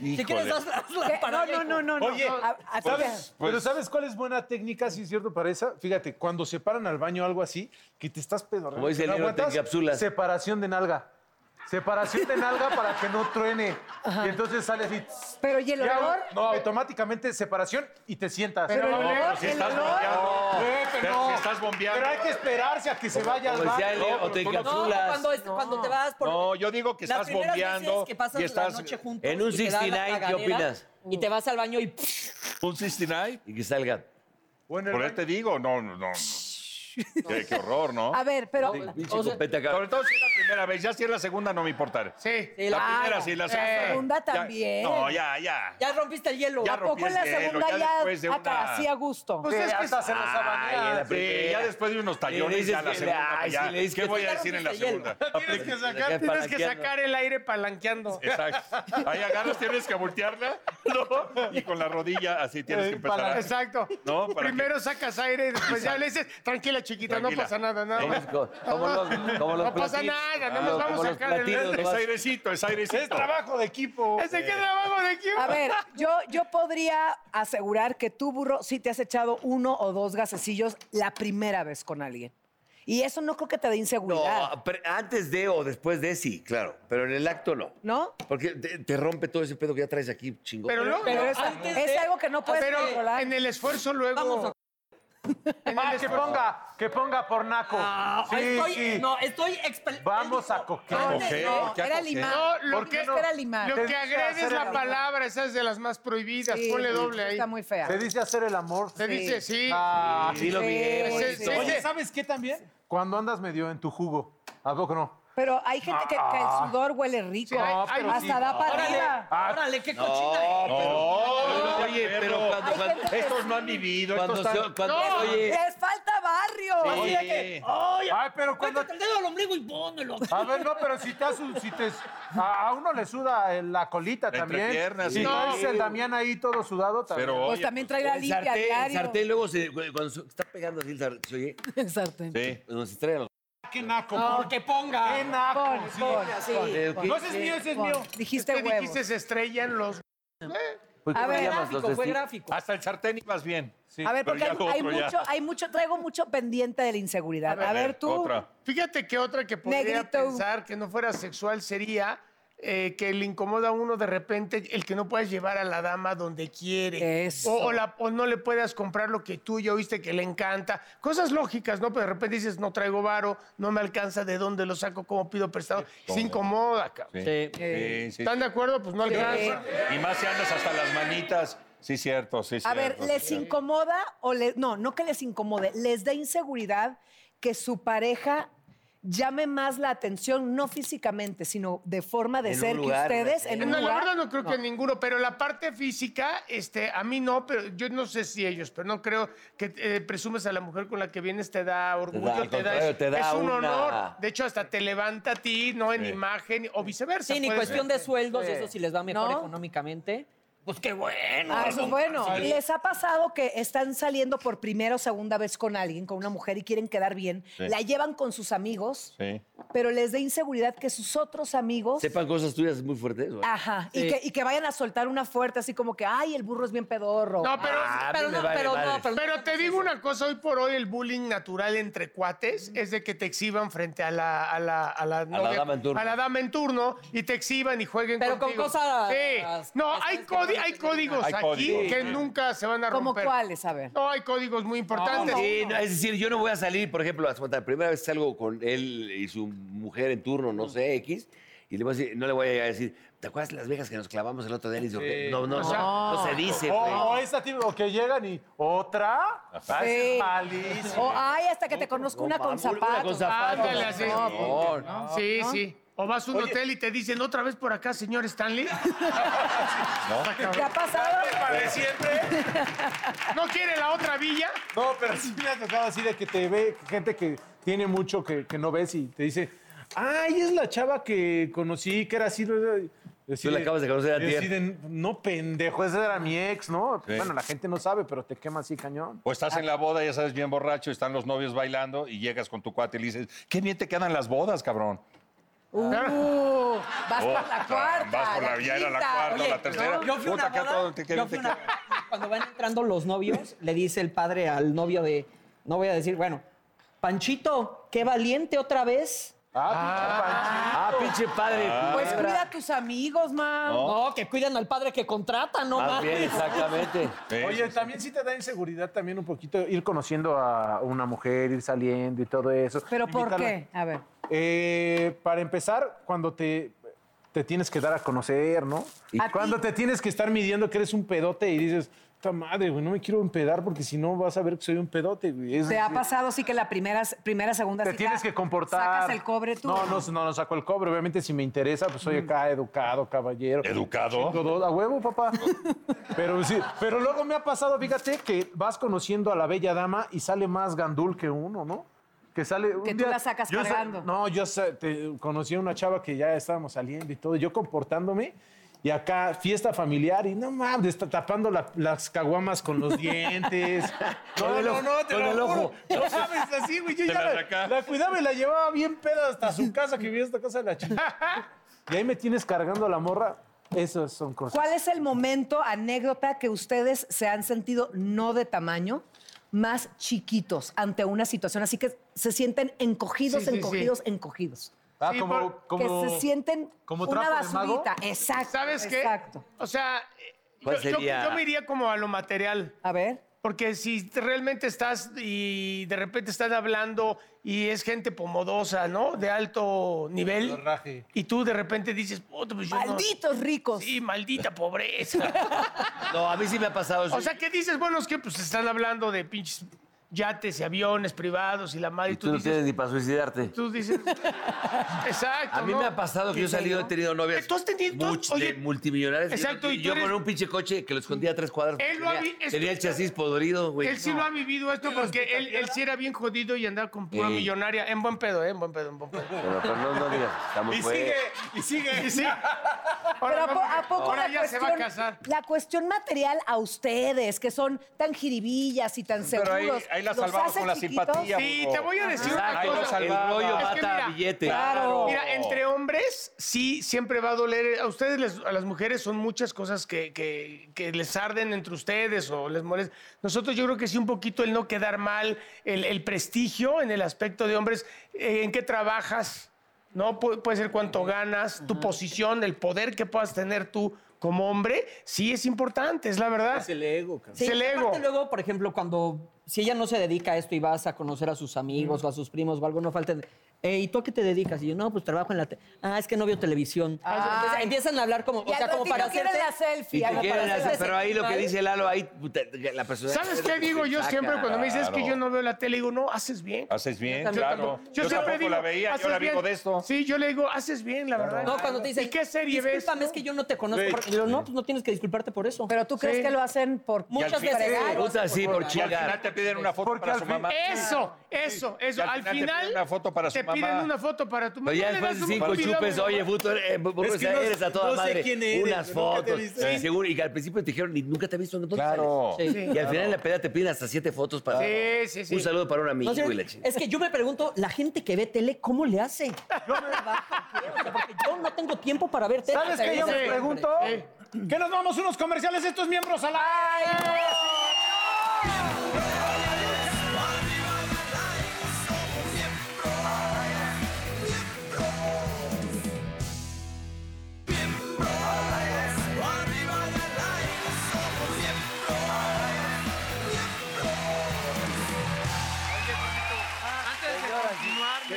Speaker 6: Si quieres, haz, haz la
Speaker 5: No,
Speaker 6: parada.
Speaker 5: no, no, no. no.
Speaker 2: Oye,
Speaker 5: A- a-
Speaker 2: ¿sabes?
Speaker 7: Pero
Speaker 2: Pues-
Speaker 7: ¿sabes cuál es buena técnica, sí es cierto, para esa? Fíjate, cuando se paran al baño o algo así, que te estás pedorreando.
Speaker 4: Como dice
Speaker 7: que no
Speaker 4: el libro, te
Speaker 7: aguantas,
Speaker 4: encapsulas.
Speaker 7: Separación de nalga. Separación de nalga para que no truene. Y entonces sales y... tss,
Speaker 5: Pero y el
Speaker 7: ya,
Speaker 5: olor.
Speaker 7: no, automáticamente separación y te sientas. pues,
Speaker 5: Pero el olor,
Speaker 2: si
Speaker 5: el
Speaker 2: estás
Speaker 5: olor.
Speaker 2: bombeando.
Speaker 7: Eh, pero
Speaker 2: Pero
Speaker 7: no.
Speaker 2: si estás bombeando.
Speaker 7: Pero hay que esperarse a que se vaya al
Speaker 4: Como
Speaker 7: baño.
Speaker 4: decía él,
Speaker 2: no,
Speaker 4: o te
Speaker 2: tú no-
Speaker 6: No,
Speaker 4: encapsulas.
Speaker 6: cuando, es- cuando te vas por.
Speaker 2: No, yo digo que
Speaker 6: Las
Speaker 2: estás
Speaker 6: primeras veces
Speaker 2: bombeando
Speaker 6: que pasas
Speaker 2: y estás-
Speaker 6: la noche juntos
Speaker 4: En un
Speaker 6: y te da la
Speaker 4: 69, ¿qué
Speaker 6: cagadera
Speaker 4: opinas?
Speaker 6: Y te vas al baño y.
Speaker 2: ¿Un 69?
Speaker 4: Y que salga.
Speaker 7: O en el
Speaker 2: Por
Speaker 7: baño.
Speaker 2: eso te digo, no, no, no. Qué, qué horror, ¿no?
Speaker 5: A ver, pero.
Speaker 4: Pinche copete acá.
Speaker 2: Sobre todo si es la primera vez, ya si es la segunda no me importará.
Speaker 3: Sí.
Speaker 6: Sí,
Speaker 2: La
Speaker 6: la-
Speaker 2: primera sí, la
Speaker 3: Eh.
Speaker 2: segunda.
Speaker 5: Segunda
Speaker 2: ya-
Speaker 5: también.
Speaker 2: No, ya, ya.
Speaker 6: Ya rompiste el hielo.
Speaker 2: Ya
Speaker 5: ¿A poco en la
Speaker 2: rompí el hielo,
Speaker 5: segunda
Speaker 2: ya
Speaker 5: ya,
Speaker 2: después de una-
Speaker 5: acá, así a gusto?
Speaker 3: Pues es que
Speaker 7: Hasta se los abanea.
Speaker 4: en la
Speaker 2: Sí,
Speaker 4: primera.
Speaker 2: ya después de unos tallones,
Speaker 4: dices
Speaker 2: ya la
Speaker 4: que-
Speaker 2: segunda.
Speaker 4: ay,
Speaker 2: ya.
Speaker 4: sí, le dices
Speaker 2: ¿Qué
Speaker 4: que-
Speaker 2: voy a
Speaker 6: Ya
Speaker 2: decir en la
Speaker 6: rompiste el
Speaker 2: segunda?
Speaker 3: Tienes que
Speaker 4: Acá
Speaker 3: sacar, tienes que
Speaker 4: palanqueando.
Speaker 3: sacar el aire palanqueando.
Speaker 2: Exacto. Ahí agarras, tienes que voltearla, ¿no? Y con la rodilla así tienes que empezar. a-
Speaker 3: Eh, Exacto.
Speaker 2: No, ¿para
Speaker 3: Primero sacas aire y después ya le dices, tranquila chiquita,
Speaker 2: Tranquila.
Speaker 3: no pasa nada, nada más.
Speaker 4: Como, como los, como los
Speaker 3: No pasa
Speaker 4: platinos.
Speaker 3: nada, no
Speaker 2: Ah,
Speaker 4: Como-
Speaker 3: nos vamos
Speaker 4: como
Speaker 3: a
Speaker 4: los
Speaker 3: sacar el-
Speaker 4: platinos,
Speaker 2: Es
Speaker 4: vas-
Speaker 2: airecito, es airecito.
Speaker 7: Es trabajo de equipo.
Speaker 3: ¿Ese
Speaker 4: Eh.
Speaker 3: qué trabajo de equipo?
Speaker 5: A ver, yo, yo podría asegurar que tú, burro, sí te has echado uno o dos gasecillos la primera vez con alguien. Y eso no creo que te dé inseguridad,
Speaker 4: No, pre- antes de o después de sí, claro. Pero en el acto no.
Speaker 5: ¿no?
Speaker 4: Porque te, te rompe todo ese pedo que ya traes aquí, chingón.
Speaker 3: Pero luego,
Speaker 5: Pero es,
Speaker 6: antes de-
Speaker 5: es algo que no puedes
Speaker 3: pero
Speaker 5: controlar.
Speaker 3: en el esfuerzo
Speaker 6: Vamos
Speaker 3: luego.
Speaker 6: a-
Speaker 3: en el
Speaker 7: Ah, que
Speaker 3: esfuerzo-
Speaker 7: ponga, que ponga por naco.
Speaker 6: Ah,
Speaker 7: sí,
Speaker 6: estoy,
Speaker 7: sí.
Speaker 6: No, estoy expel-
Speaker 7: Vamos a
Speaker 6: él dijo-
Speaker 7: coquear.
Speaker 2: No, ¿qué?
Speaker 5: No,
Speaker 2: ¿Qué
Speaker 5: era
Speaker 2: hago? ¿Qué?
Speaker 5: limar.
Speaker 3: No, lo
Speaker 5: Lo
Speaker 3: que,
Speaker 5: que es que era limar.
Speaker 3: Lo
Speaker 7: Te
Speaker 3: que
Speaker 7: dice
Speaker 3: agrede
Speaker 7: hacer
Speaker 3: es la
Speaker 7: el-
Speaker 3: palabra, esa es de las más prohibidas.
Speaker 5: Sí,
Speaker 3: Ponle doble ahí.
Speaker 5: Está muy fea.
Speaker 7: Se dice hacer el amor.
Speaker 3: Te dice, sí.
Speaker 7: Ah,
Speaker 4: Sí, lo miré,
Speaker 5: Sí,
Speaker 4: bonito.
Speaker 5: sí.
Speaker 7: Oye, ¿sabes qué también? Cuando andas medio en tu jugo. ¿A poco no?
Speaker 5: Pero hay gente que, que
Speaker 2: Ah.
Speaker 5: el sudor huele rico.
Speaker 3: Sí, hay-
Speaker 7: No,
Speaker 3: hay-
Speaker 7: pero
Speaker 5: Hasta
Speaker 7: sí.
Speaker 5: da para
Speaker 6: Órale,
Speaker 5: arriba.
Speaker 6: órale, qué cochina. eres.
Speaker 2: No,
Speaker 4: Oye, pero cuando,
Speaker 5: eh. Hay
Speaker 4: cuando,
Speaker 5: gente
Speaker 2: Estos no han vivido,
Speaker 4: cuando
Speaker 2: estos
Speaker 4: se,
Speaker 2: están-
Speaker 4: cuando se oye.
Speaker 5: Les falta barrio.
Speaker 2: Sí.
Speaker 7: Ay, pero cuando...
Speaker 6: Métete el dedo al ombligo y pónmelo.
Speaker 7: A ver, no, pero si te... asu- Si te a, a uno le suda en la colita
Speaker 2: La
Speaker 7: también.
Speaker 2: entrepierna,
Speaker 7: Si
Speaker 2: sí.
Speaker 7: traes el Damián ahí todo sudado también.
Speaker 2: Pero
Speaker 5: Pues
Speaker 2: oye,
Speaker 5: también trae la
Speaker 4: El
Speaker 5: limpia
Speaker 4: sartén, el
Speaker 5: diario.
Speaker 4: sartén luego se, cuando se está pegando así el sartén, se oye,
Speaker 5: El sartén.
Speaker 2: sí.
Speaker 4: cuando se trae algo.
Speaker 7: ¡Qué naco!
Speaker 6: No, que ponga.
Speaker 7: ¡Qué naco!
Speaker 5: Pon,
Speaker 7: sí.
Speaker 5: pon, sí,
Speaker 4: Eh, ¿qué-
Speaker 7: No, ese es mío, ese es mío.
Speaker 5: pon. Dijiste
Speaker 3: Es que
Speaker 5: huevos. Eh.
Speaker 3: dijiste se estrellan los.
Speaker 5: A
Speaker 4: ¿Por qué no
Speaker 5: ver,
Speaker 4: Pues, llamas los
Speaker 6: Gráfico, fue
Speaker 4: esti-
Speaker 6: gráfico.
Speaker 2: Hasta el sartén ibas bien.
Speaker 5: A ver,
Speaker 2: Pero
Speaker 5: porque
Speaker 2: ya
Speaker 5: hay,
Speaker 2: lo
Speaker 5: hay
Speaker 2: otro ya.
Speaker 5: mucho, hay mucho, traigo mucho pendiente de la inseguridad. A ver, tú.
Speaker 2: Otra.
Speaker 3: Fíjate que otra que podría
Speaker 5: Negrito.
Speaker 3: pensar que no fuera sexual sería eh, que le incomoda a uno de repente el que no puedas llevar a la dama donde quiere.
Speaker 5: Eso.
Speaker 3: O, o la- o no le puedas comprar lo que tú ya oíste que le encanta. Cosas lógicas, ¿no? Pero de repente dices, no traigo varo, no me alcanza, ¿de dónde lo saco? ¿Cómo pido prestado? Se incomoda, cabrón.
Speaker 2: Sí.
Speaker 5: Eh,
Speaker 2: Sí, sí.
Speaker 3: ¿Están de acuerdo? Pues no alcanza.
Speaker 2: Y más si andas hasta las manitas. Sí, cierto, sí,
Speaker 5: A
Speaker 2: cierto.
Speaker 5: ver,
Speaker 2: sí,
Speaker 5: ¿les
Speaker 2: cierto.
Speaker 5: incomoda o le, no, no que les incomode, les da inseguridad que su pareja llame más la atención, no físicamente, sino de forma de
Speaker 4: En un
Speaker 5: ser
Speaker 4: lugar,
Speaker 5: que ustedes
Speaker 4: ¿no?
Speaker 5: en un
Speaker 3: No, la
Speaker 5: lugar.
Speaker 3: verdad no creo que ninguno, pero la parte física, este, a mí no, pero yo no sé si ellos, pero no creo que eh, presumes a la mujer con la que vienes te da orgullo,
Speaker 4: al
Speaker 3: te, da,
Speaker 4: contrario, te da
Speaker 3: es un
Speaker 4: una-
Speaker 3: honor. De hecho, hasta te levanta a ti, no en imagen o viceversa.
Speaker 6: Sí, ni
Speaker 3: puede
Speaker 6: cuestión
Speaker 3: ser.
Speaker 6: de sueldos,
Speaker 7: Sí.
Speaker 6: eso sí les va mejor
Speaker 5: ¿No?
Speaker 6: económicamente. Pues qué bueno.
Speaker 5: Ah, eso es bueno. ¿Les ha pasado que están saliendo por primera o segunda vez con alguien, con una mujer y quieren quedar bien?
Speaker 2: Sí.
Speaker 5: La llevan con sus amigos,
Speaker 2: Sí.
Speaker 5: pero les da inseguridad que sus otros amigos
Speaker 4: Sepan cosas tuyas muy fuertes. güey.
Speaker 5: Ajá, y, que, y que vayan a soltar una fuerte así como que, ay, el burro es bien pedorro.
Speaker 3: No, pero,
Speaker 4: Ah, a mí
Speaker 6: Pero
Speaker 4: me
Speaker 6: no,
Speaker 4: vale
Speaker 6: pero no,
Speaker 4: madres.
Speaker 6: pero
Speaker 3: pero te digo una cosa, hoy por hoy el bullying natural entre cuates es de que te exhiban frente a la, a la, a la, novia-
Speaker 4: dama en turno.
Speaker 3: a la dama en turno y te exhiban y jueguen
Speaker 6: Pero con
Speaker 3: contigo.
Speaker 6: cosas-
Speaker 3: Sí. No, hay,
Speaker 6: que no te
Speaker 3: codi- hay
Speaker 6: digan.
Speaker 3: códigos
Speaker 2: Hay
Speaker 3: aquí
Speaker 2: códigos,
Speaker 3: que
Speaker 2: sí.
Speaker 3: nunca se van a
Speaker 5: ¿Cómo
Speaker 3: romper.
Speaker 5: cuáles? A ver.
Speaker 3: No, hay códigos muy importantes.
Speaker 4: Sí, no, es decir, yo no voy a salir, por ejemplo, haz cuenta, la primera vez salgo con él y su mujer en turno, no sé, X, y le voy a decir, no le voy a decir, ¿te acuerdas las viejas que nos clavamos el otro día? Le digo, No, no, no, no se dice.
Speaker 7: O,
Speaker 4: güey.
Speaker 7: o esa típica, o que llegan y otra. Ah, esa es
Speaker 5: Sí.
Speaker 7: malísima.
Speaker 5: O, ah, ay, hasta que te conozco una con
Speaker 4: Una
Speaker 5: zapatos.
Speaker 4: con zapatos.
Speaker 3: Ándale, así.
Speaker 4: No, no,
Speaker 3: Sí, sí. O vas a un hotel y te dicen otra vez por acá, señor Stanley.
Speaker 5: ¿Te ha pasado?
Speaker 7: Para siempre.
Speaker 3: ¿No quiere la otra villa?
Speaker 7: No, pero sí me ha tocado así de que te ve gente que tiene mucho que, que no ves y te dice, ay, es la chava que conocí, que era así. Tú
Speaker 4: la acabas de conocer antier.
Speaker 7: no, pendejo, esa era mi ex, ¿no?
Speaker 2: Sí.
Speaker 7: Bueno, la gente no sabe, pero te quema así cañón.
Speaker 2: O estás en la boda, ya sabes, bien borracho, están los novios bailando y llegas con tu cuate y le dices, qué bien te quedan las bodas, cabrón.
Speaker 5: Uh,
Speaker 3: Ah.
Speaker 5: vas
Speaker 2: Oh,
Speaker 5: por la cuarta.
Speaker 2: vas por la- ya era la
Speaker 5: quinta.
Speaker 2: cuarta, la tercera.
Speaker 6: Yo fui a una
Speaker 2: Puta, que a
Speaker 6: boda,
Speaker 2: todo te quieren,
Speaker 6: yo fui
Speaker 2: te
Speaker 6: una- Cuando van entrando los novios, le dice el padre al novio de... No voy a decir, bueno, Panchito, qué valiente otra vez.
Speaker 4: Ah, pinche padre.
Speaker 5: Pues cuida a tus amigos, man.
Speaker 6: No, que cuidan al padre que contrata, no
Speaker 4: Más bien,
Speaker 6: mames.
Speaker 4: exactamente.
Speaker 2: Sí,
Speaker 7: Oye,
Speaker 2: sí, sí.
Speaker 7: también sí te da inseguridad también un poquito ir conociendo a una mujer, ir saliendo y todo eso.
Speaker 5: ¿Pero por
Speaker 7: Invitarla.
Speaker 5: qué? A ver.
Speaker 7: Eh, para empezar, cuando te, te tienes que dar a conocer, ¿no? Y
Speaker 5: ¿A
Speaker 7: cuando
Speaker 5: ti?
Speaker 7: te tienes que estar midiendo que eres un pedote y dices, puta madre, güey, no me quiero empedar porque si no vas a ver que soy un pedote, güey. Es-
Speaker 5: ¿Te ha pasado sí que la primera, primera segunda
Speaker 7: Te
Speaker 5: cita
Speaker 7: tienes que comportar.
Speaker 5: ¿Sacas el cobre tú? Mm.
Speaker 7: No, no, no, no saco el cobre. Obviamente, si me interesa, pues soy acá educado, caballero.
Speaker 2: ¿Educado?
Speaker 7: Chingo dos- A huevo, papá. Pero sí, pero luego me ha pasado, fíjate, que vas conociendo a la bella dama y sale más gandul que uno, ¿no? Que sale. un
Speaker 5: Que tú la sacas
Speaker 7: yo sa-
Speaker 5: cargando.
Speaker 7: no, yo sa- te- conocí a una chava que ya estábamos saliendo y todo, yo comportándome. Y acá, fiesta familiar, y no mames, está tapando la- las caguamas con los dientes. No,
Speaker 4: el
Speaker 7: no,
Speaker 4: ojo,
Speaker 7: no, te
Speaker 4: con
Speaker 7: lo
Speaker 4: el
Speaker 7: juro.
Speaker 4: ojo.
Speaker 7: No sabes, así, güey. Yo
Speaker 2: Te
Speaker 7: ya
Speaker 2: la
Speaker 7: la,
Speaker 2: saca.
Speaker 7: la cuidaba y la llevaba Ah, bien peda hasta su casa, que vivía hasta casa de la chica. Y ahí me tienes cargando a la morra. Esas son cosas.
Speaker 5: ¿Cuál es el momento, anécdota, que ustedes se han sentido no de tamaño, más chiquitos ante una situación? Así que se sienten encogidos,
Speaker 3: Sí, sí, sí.
Speaker 5: encogidos, encogidos.
Speaker 7: Ah,
Speaker 3: Sí,
Speaker 7: como,
Speaker 3: por-
Speaker 7: como-
Speaker 5: que se sienten
Speaker 7: como
Speaker 5: una
Speaker 7: trapo de mago.
Speaker 5: basurita. Exacto.
Speaker 3: ¿Sabes qué?
Speaker 5: Exacto.
Speaker 3: O sea, eh, yo,
Speaker 4: ¿Cuál
Speaker 3: yo-
Speaker 4: sería?
Speaker 3: yo me iría como a lo material.
Speaker 5: A ver.
Speaker 3: Porque si realmente estás y de repente están hablando y es gente pomodosa, ¿no? De alto nivel.
Speaker 7: Raje.
Speaker 3: Y tú de repente dices, "Puta, pues yo no".
Speaker 5: Malditos ricos.
Speaker 3: Sí, maldita pobreza.
Speaker 4: No, a mí sí me ha pasado eso.
Speaker 3: O sea, ¿qué dices? Bueno, es que pues están hablando de pinches yates y aviones privados y la madre.
Speaker 4: y
Speaker 3: Y
Speaker 4: tú
Speaker 3: tú
Speaker 4: no tienes
Speaker 3: dices,
Speaker 4: ni para suicidarte.
Speaker 3: tú dices, exacto.
Speaker 4: A mí
Speaker 3: ¿no?
Speaker 4: me ha pasado que yo he salido, he tenido novias.
Speaker 3: ¿Tú has tenido- tú-
Speaker 4: much-
Speaker 3: oye,
Speaker 4: de multimillonarias.
Speaker 3: exacto, y
Speaker 4: Y
Speaker 3: tú
Speaker 4: yo,
Speaker 3: eres-
Speaker 4: con un pinche coche que lo escondía a tres cuadras.
Speaker 3: Él lo ha
Speaker 4: tenía,
Speaker 3: vi- es-
Speaker 4: tenía el chasis podrido, güey.
Speaker 3: Él sí lo ha vivido esto porque él, él sí era bien jodido y andaba con pura
Speaker 4: Sí.
Speaker 3: millonaria. En buen pedo, ¿eh? En buen pedo, en buen pedo.
Speaker 4: Pero, pero no, no digas, estamos fuera.
Speaker 3: y sigue, y sigue.
Speaker 5: Pero
Speaker 3: Ahora,
Speaker 5: ¿a, po- a poco
Speaker 3: ahora
Speaker 5: la
Speaker 3: ya
Speaker 5: cuestión,
Speaker 3: se va a casar.
Speaker 5: la cuestión material a ustedes, que son tan jiribillas y tan seguros,
Speaker 2: Pero ahí- ahí la
Speaker 5: ¿los
Speaker 2: salvamos
Speaker 5: hace
Speaker 2: con la
Speaker 5: chiquitos?
Speaker 2: simpatía.
Speaker 3: Sí, te voy a decir una
Speaker 2: Ahí lo
Speaker 3: cosa.
Speaker 4: El
Speaker 2: salvaba.
Speaker 4: rollo
Speaker 2: Es que
Speaker 4: mata
Speaker 3: mira,
Speaker 4: billete.
Speaker 5: Claro.
Speaker 3: Mira, entre hombres sí siempre va a doler. A ustedes, les- a las mujeres, son muchas cosas que, que- que les arden entre ustedes o les molestan. Nosotros yo creo que sí un poquito el no quedar mal, el, el prestigio en el aspecto de hombres, eh, en qué trabajas, ¿no? Pu- puede ser cuánto ganas, tu posición, el poder que puedas tener tú como hombre, sí es importante, es la verdad.
Speaker 6: Es el ego,
Speaker 3: Sí, es el ego.
Speaker 6: aparte luego, por ejemplo, cuando si ella no se dedica a esto y vas a conocer a sus amigos o a sus primos o algo, no falta. de, "Eh, ¿Y tú a qué te dedicas? Y yo, no, pues trabajo en la... te-". Ah, es que no veo televisión.
Speaker 8: Ah,
Speaker 6: Entonces, empiezan a hablar como...
Speaker 5: Ah. Y
Speaker 6: o
Speaker 5: al
Speaker 6: sea, como
Speaker 5: ratito
Speaker 6: para
Speaker 5: quieren
Speaker 6: hacerte...
Speaker 5: la selfie.
Speaker 4: Y
Speaker 5: al
Speaker 4: te
Speaker 5: ratito
Speaker 4: quieren
Speaker 5: quieren
Speaker 4: hacer, pero ahí lo que
Speaker 6: mal.
Speaker 4: dice Lalo, ahí puta, la persona.
Speaker 3: ¿Sabes qué digo yo siempre cuando me dices que yo no veo la tele? Digo, no, haces bien.
Speaker 2: Haces bien,
Speaker 3: Yo
Speaker 2: claro.
Speaker 3: tampoco-
Speaker 2: Yo, tampoco la veía, yo
Speaker 3: haces
Speaker 2: la vivo
Speaker 3: bien.
Speaker 2: de esto.
Speaker 3: Sí, yo le digo, haces bien, la verdad.
Speaker 6: No, cuando te dicen...
Speaker 3: ¿Y qué serie ves?
Speaker 6: Discúlpame, es que yo no te conozco.
Speaker 7: Güey.
Speaker 6: porque-". Y yo, no, pues no tienes que disculparte por eso.
Speaker 5: Pero tú crees
Speaker 3: Sí.
Speaker 5: que lo hacen por
Speaker 6: Muchas
Speaker 2: fin-
Speaker 6: veces...
Speaker 5: fregar.
Speaker 6: lo hacen
Speaker 4: Puta, sí, por
Speaker 2: Y al final
Speaker 4: chingar.
Speaker 2: te piden una foto
Speaker 7: Porque
Speaker 2: para
Speaker 7: al
Speaker 2: su
Speaker 7: fin-
Speaker 2: mamá.
Speaker 3: Eso, eso, eso.
Speaker 2: Y al
Speaker 3: Al
Speaker 2: final te
Speaker 3: final.
Speaker 2: piden una foto para su
Speaker 3: Te piden
Speaker 2: mamá.
Speaker 3: una foto para tu mamá.
Speaker 4: Pero ya
Speaker 3: le
Speaker 4: después
Speaker 3: das
Speaker 4: de
Speaker 3: un
Speaker 4: cinco
Speaker 3: video a mi
Speaker 4: chupes,
Speaker 3: mamá.
Speaker 4: oye, puto, eh, bu-
Speaker 7: Es
Speaker 4: bu-
Speaker 7: que
Speaker 4: o sea,
Speaker 7: no-
Speaker 4: eres a toda
Speaker 7: no sé
Speaker 4: madre.
Speaker 7: quién eres,
Speaker 4: unas
Speaker 7: nunca te he
Speaker 4: fotos.
Speaker 7: visto.
Speaker 4: Sí, seguro. Y al principio te dijeron, "Ni- nunca te he visto. entonces".
Speaker 2: Claro.
Speaker 6: Sí.
Speaker 4: Y al final en la pelea te piden hasta siete fotos para.
Speaker 3: Sí, sí, sí.
Speaker 4: Un saludo para un amigo
Speaker 6: No, señor,
Speaker 4: y la chingada.
Speaker 6: es que yo me pregunto, la gente que ve tele, ¿cómo le hace? O sea, porque yo no tengo tiempo para ver tele.
Speaker 7: ¿Sabes qué yo me
Speaker 6: Siempre.
Speaker 7: pregunto?
Speaker 1: ¿Qué nos vamos unos comerciales estos miembros al
Speaker 3: Antes de continuar,
Speaker 1: Me,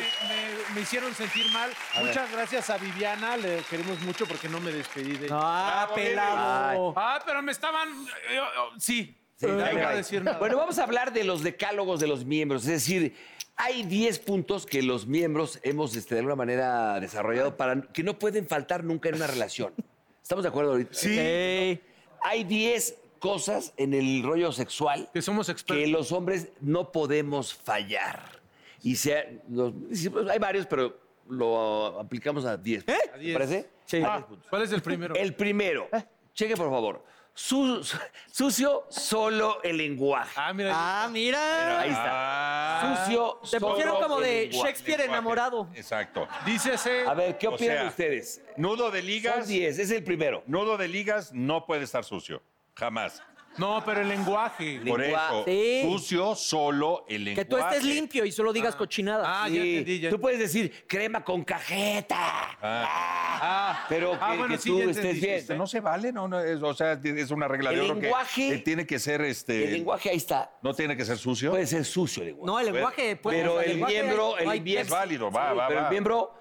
Speaker 1: me- me hicieron sentir mal. Muchas gracias a Viviana, le queremos mucho porque no me despedí de ella.
Speaker 6: Ah, pelado.
Speaker 1: Ah, pero me estaban. eh, oh, oh, sí, no
Speaker 4: dale,
Speaker 1: iba a
Speaker 4: bye.
Speaker 1: decir nada.
Speaker 4: Bueno, vamos a hablar de los decálogos de los miembros. Es decir, hay 10 puntos que los miembros hemos este, de alguna manera desarrollado para que no pueden faltar nunca en una relación. ¿Estamos de acuerdo ahorita? Sí. Hay 10 cosas en el rollo sexual
Speaker 7: Que somos expertos.
Speaker 4: que los hombres no podemos fallar. Y sea, los- hay varios, pero lo
Speaker 6: ¿Eh?
Speaker 4: aplicamos a 10. ¿Te parece?
Speaker 7: ¿Cuál es el primero?
Speaker 6: ¿Eh?
Speaker 4: El primero. Cheque, por favor. su- su- sucio solo el lenguaje.
Speaker 7: Ah, mira.
Speaker 6: Ah, mira.
Speaker 4: Ahí está.
Speaker 2: Ah.
Speaker 4: Sucio
Speaker 6: Te
Speaker 4: solo
Speaker 6: pusieron como
Speaker 4: el
Speaker 6: de
Speaker 4: lenguaje.
Speaker 6: Shakespeare enamorado.
Speaker 2: Exacto.
Speaker 7: Dícese.
Speaker 4: A ver, ¿qué
Speaker 2: O
Speaker 4: opinan
Speaker 2: sea,
Speaker 4: ustedes?
Speaker 2: Nudo de
Speaker 4: Son
Speaker 2: ligas.
Speaker 4: 10, es el primero.
Speaker 2: Nudo de ligas no puede estar sucio. Jamás.
Speaker 7: No, pero el lenguaje.
Speaker 2: Por
Speaker 4: Lengua-
Speaker 2: eso,
Speaker 6: sí.
Speaker 2: sucio solo el lenguaje.
Speaker 6: Que tú estés limpio y solo digas cochinadas.
Speaker 7: Ah,
Speaker 4: Sí,
Speaker 7: ya entendí, ya
Speaker 4: Tú puedes decir crema con cajeta. Ah, pero que,
Speaker 7: Ah, bueno,
Speaker 4: que
Speaker 7: sí,
Speaker 4: tú
Speaker 7: ya entendí,
Speaker 4: estés
Speaker 7: sí,
Speaker 4: bien.
Speaker 2: Este, No se vale, no, no, es- o sea, es una regla
Speaker 4: El
Speaker 2: de oro que-
Speaker 4: lenguaje-
Speaker 2: que, tiene que ser este.
Speaker 4: El lenguaje ahí está.
Speaker 2: No tiene que ser sucio.
Speaker 4: Puede ser sucio el lenguaje.
Speaker 6: no, el lenguaje puede
Speaker 4: pero el
Speaker 6: lenguaje-
Speaker 4: miembro, el
Speaker 6: no hay-
Speaker 4: miembro
Speaker 2: es válido, va, va,
Speaker 4: Pero
Speaker 2: va.
Speaker 4: el miembro,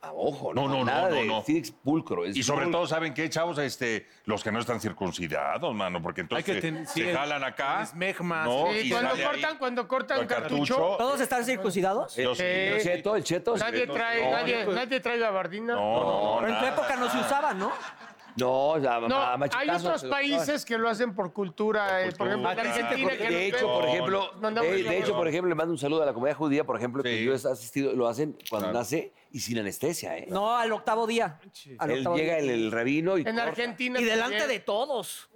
Speaker 4: a Ah, ojo, no,
Speaker 2: No, no, no,
Speaker 4: nada
Speaker 2: no,
Speaker 4: de
Speaker 2: no.
Speaker 4: decir pulcro. es
Speaker 2: y sobre
Speaker 4: pulcro.
Speaker 2: todo, ¿saben qué, chavos? Este, los que no están circuncidados, mano, porque entonces
Speaker 7: Hay que ten-
Speaker 2: se
Speaker 7: sí,
Speaker 2: jalan acá.
Speaker 7: las mejmas,
Speaker 2: No,
Speaker 3: Sí,
Speaker 2: y
Speaker 3: cuando
Speaker 2: sale ahí
Speaker 3: cortan, cuando cortan
Speaker 2: con
Speaker 3: cartucho,
Speaker 6: ¿Todos están circuncidados?
Speaker 2: Yo sí.
Speaker 3: Eh,
Speaker 4: El cheto, el cheto.
Speaker 3: nadie
Speaker 4: no,
Speaker 3: trae,
Speaker 4: no,
Speaker 3: nadie, nadie trae gabardina.
Speaker 2: No, no,
Speaker 6: Pero en tu
Speaker 2: nada.
Speaker 6: época no se usaba, ¿no?
Speaker 4: No, o sea, a-
Speaker 3: No,
Speaker 4: a
Speaker 3: hay
Speaker 4: machetazos
Speaker 3: otros
Speaker 4: se lo daban.
Speaker 3: países que lo hacen por cultura, eh, por,
Speaker 2: cultura.
Speaker 3: ejemplo,
Speaker 2: Ah,
Speaker 3: en
Speaker 2: sí,
Speaker 3: Argentina.
Speaker 2: porque
Speaker 3: que
Speaker 4: De
Speaker 3: nos
Speaker 4: hecho,
Speaker 3: ven.
Speaker 4: por
Speaker 2: No,
Speaker 4: ejemplo, eh,
Speaker 3: no, no,
Speaker 4: de,
Speaker 3: no,
Speaker 4: de hecho,
Speaker 2: no.
Speaker 4: por ejemplo, le mando un saludo a la comunidad judía, por ejemplo, que
Speaker 2: Sí.
Speaker 4: yo he asistido, lo hacen cuando
Speaker 2: Claro.
Speaker 4: nace y sin anestesia, ¿eh?
Speaker 6: No, al octavo día. Al
Speaker 4: Él
Speaker 6: octavo
Speaker 4: llega
Speaker 6: día.
Speaker 4: el, el rabino y.
Speaker 3: en
Speaker 4: corta.
Speaker 3: Argentina.
Speaker 6: Y delante de
Speaker 3: también.
Speaker 6: todos.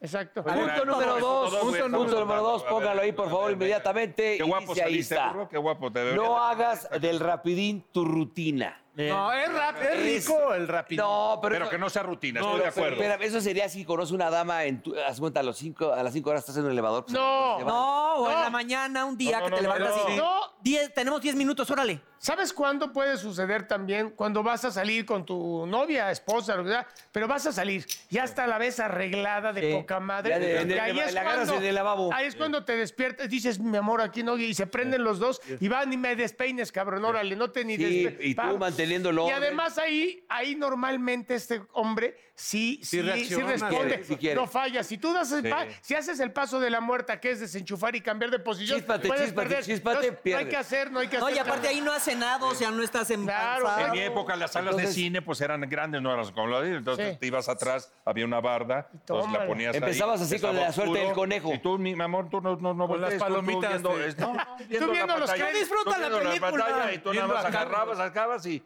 Speaker 3: Exacto.
Speaker 4: Punto
Speaker 2: Ahora,
Speaker 4: número dos,
Speaker 2: todo, todo,
Speaker 4: punto
Speaker 2: güey, estamos
Speaker 4: número
Speaker 2: hablando.
Speaker 4: dos,
Speaker 2: A ver,
Speaker 4: póngalo ahí, por
Speaker 2: a
Speaker 4: favor,
Speaker 2: ver,
Speaker 4: inmediatamente.
Speaker 2: Qué
Speaker 4: y
Speaker 2: guapo
Speaker 4: dice, ahí
Speaker 2: saliste,
Speaker 4: está.
Speaker 2: burro, qué guapo te veo. Eh,
Speaker 4: No hagas del rapidín tu rutina.
Speaker 3: Eh,
Speaker 7: No, es, rap, es Ah, rico el rapidín.
Speaker 4: No, pero.
Speaker 2: Pero que no sea rutina, estoy de
Speaker 4: pero-
Speaker 2: acuerdo.
Speaker 4: pero eso sería si conoces una dama en tu, haz cuenta, a, los cinco, a las 5 horas estás en un elevador. pues,
Speaker 3: No.
Speaker 4: se va.
Speaker 6: No,
Speaker 2: Pues
Speaker 6: o en
Speaker 3: No.
Speaker 6: la mañana, un día
Speaker 2: No,
Speaker 6: que
Speaker 2: no,
Speaker 6: te
Speaker 2: no,
Speaker 6: levantas
Speaker 2: no.
Speaker 6: y.
Speaker 3: No.
Speaker 6: Diez- tenemos 10 minutos, órale.
Speaker 3: ¿Sabes cuándo puede suceder también? Cuando vas a salir con tu novia, esposa, lo que sea, pero vas a salir. Ya está la vez arreglada de
Speaker 6: Sí.
Speaker 3: poca madre.
Speaker 4: Ya de-
Speaker 3: y
Speaker 4: de-
Speaker 3: ahí
Speaker 4: de-
Speaker 3: es
Speaker 4: la agarras
Speaker 3: cuando-
Speaker 4: en el lavabo.
Speaker 3: Ahí es cuando te despiertas, dices, mi amor, aquí no, y se prenden los dos, y van y me despeines, cabrón, órale, no te ni
Speaker 4: Sí,
Speaker 3: despe-
Speaker 4: y tú
Speaker 3: pa-
Speaker 4: manteniendo el
Speaker 3: Y
Speaker 4: orden.
Speaker 3: además ahí, ahí normalmente este hombre sí, sí, sí
Speaker 7: reacciona,
Speaker 3: responde.
Speaker 4: sí, sí quiere.
Speaker 3: No falla. Si tú das el
Speaker 2: Sí.
Speaker 3: pa- si haces el paso de la muerta, que es desenchufar y cambiar de posición,
Speaker 4: Chíspate,
Speaker 3: puedes
Speaker 4: chíspate,
Speaker 3: perder.
Speaker 4: chíspate,
Speaker 3: Entonces, no hay
Speaker 4: pierdes.
Speaker 3: que hacer, no hay que
Speaker 6: No,
Speaker 3: hacer.
Speaker 6: y aparte
Speaker 3: nada.
Speaker 6: ahí no has cenado, o sea, no estás en
Speaker 3: Claro,
Speaker 2: En
Speaker 3: claro.
Speaker 2: mi época las salas
Speaker 4: Entonces-
Speaker 2: de cine pues eran grandes, no eran como la de entonces
Speaker 3: Sí.
Speaker 2: te ibas atrás, había una barda, entonces la
Speaker 3: tómala.
Speaker 2: ponías ahí,
Speaker 4: Empezabas así con
Speaker 2: estaba
Speaker 4: la suerte del
Speaker 2: oscuro,
Speaker 4: conejo.
Speaker 2: Y tú, mi mi amor, tú no no no
Speaker 7: Con
Speaker 2: voltees, tú-
Speaker 7: las
Speaker 2: tú
Speaker 7: palomitas
Speaker 2: viendo-
Speaker 7: de-
Speaker 2: es- no, no,
Speaker 3: viendo
Speaker 2: la
Speaker 3: los
Speaker 2: pantalla,
Speaker 3: que
Speaker 6: disfrutan
Speaker 2: tú
Speaker 6: la
Speaker 2: viendo
Speaker 6: película.
Speaker 2: pantalla y tú nada
Speaker 7: Viendo
Speaker 2: más
Speaker 7: acá.
Speaker 2: agarrabas, sacabas y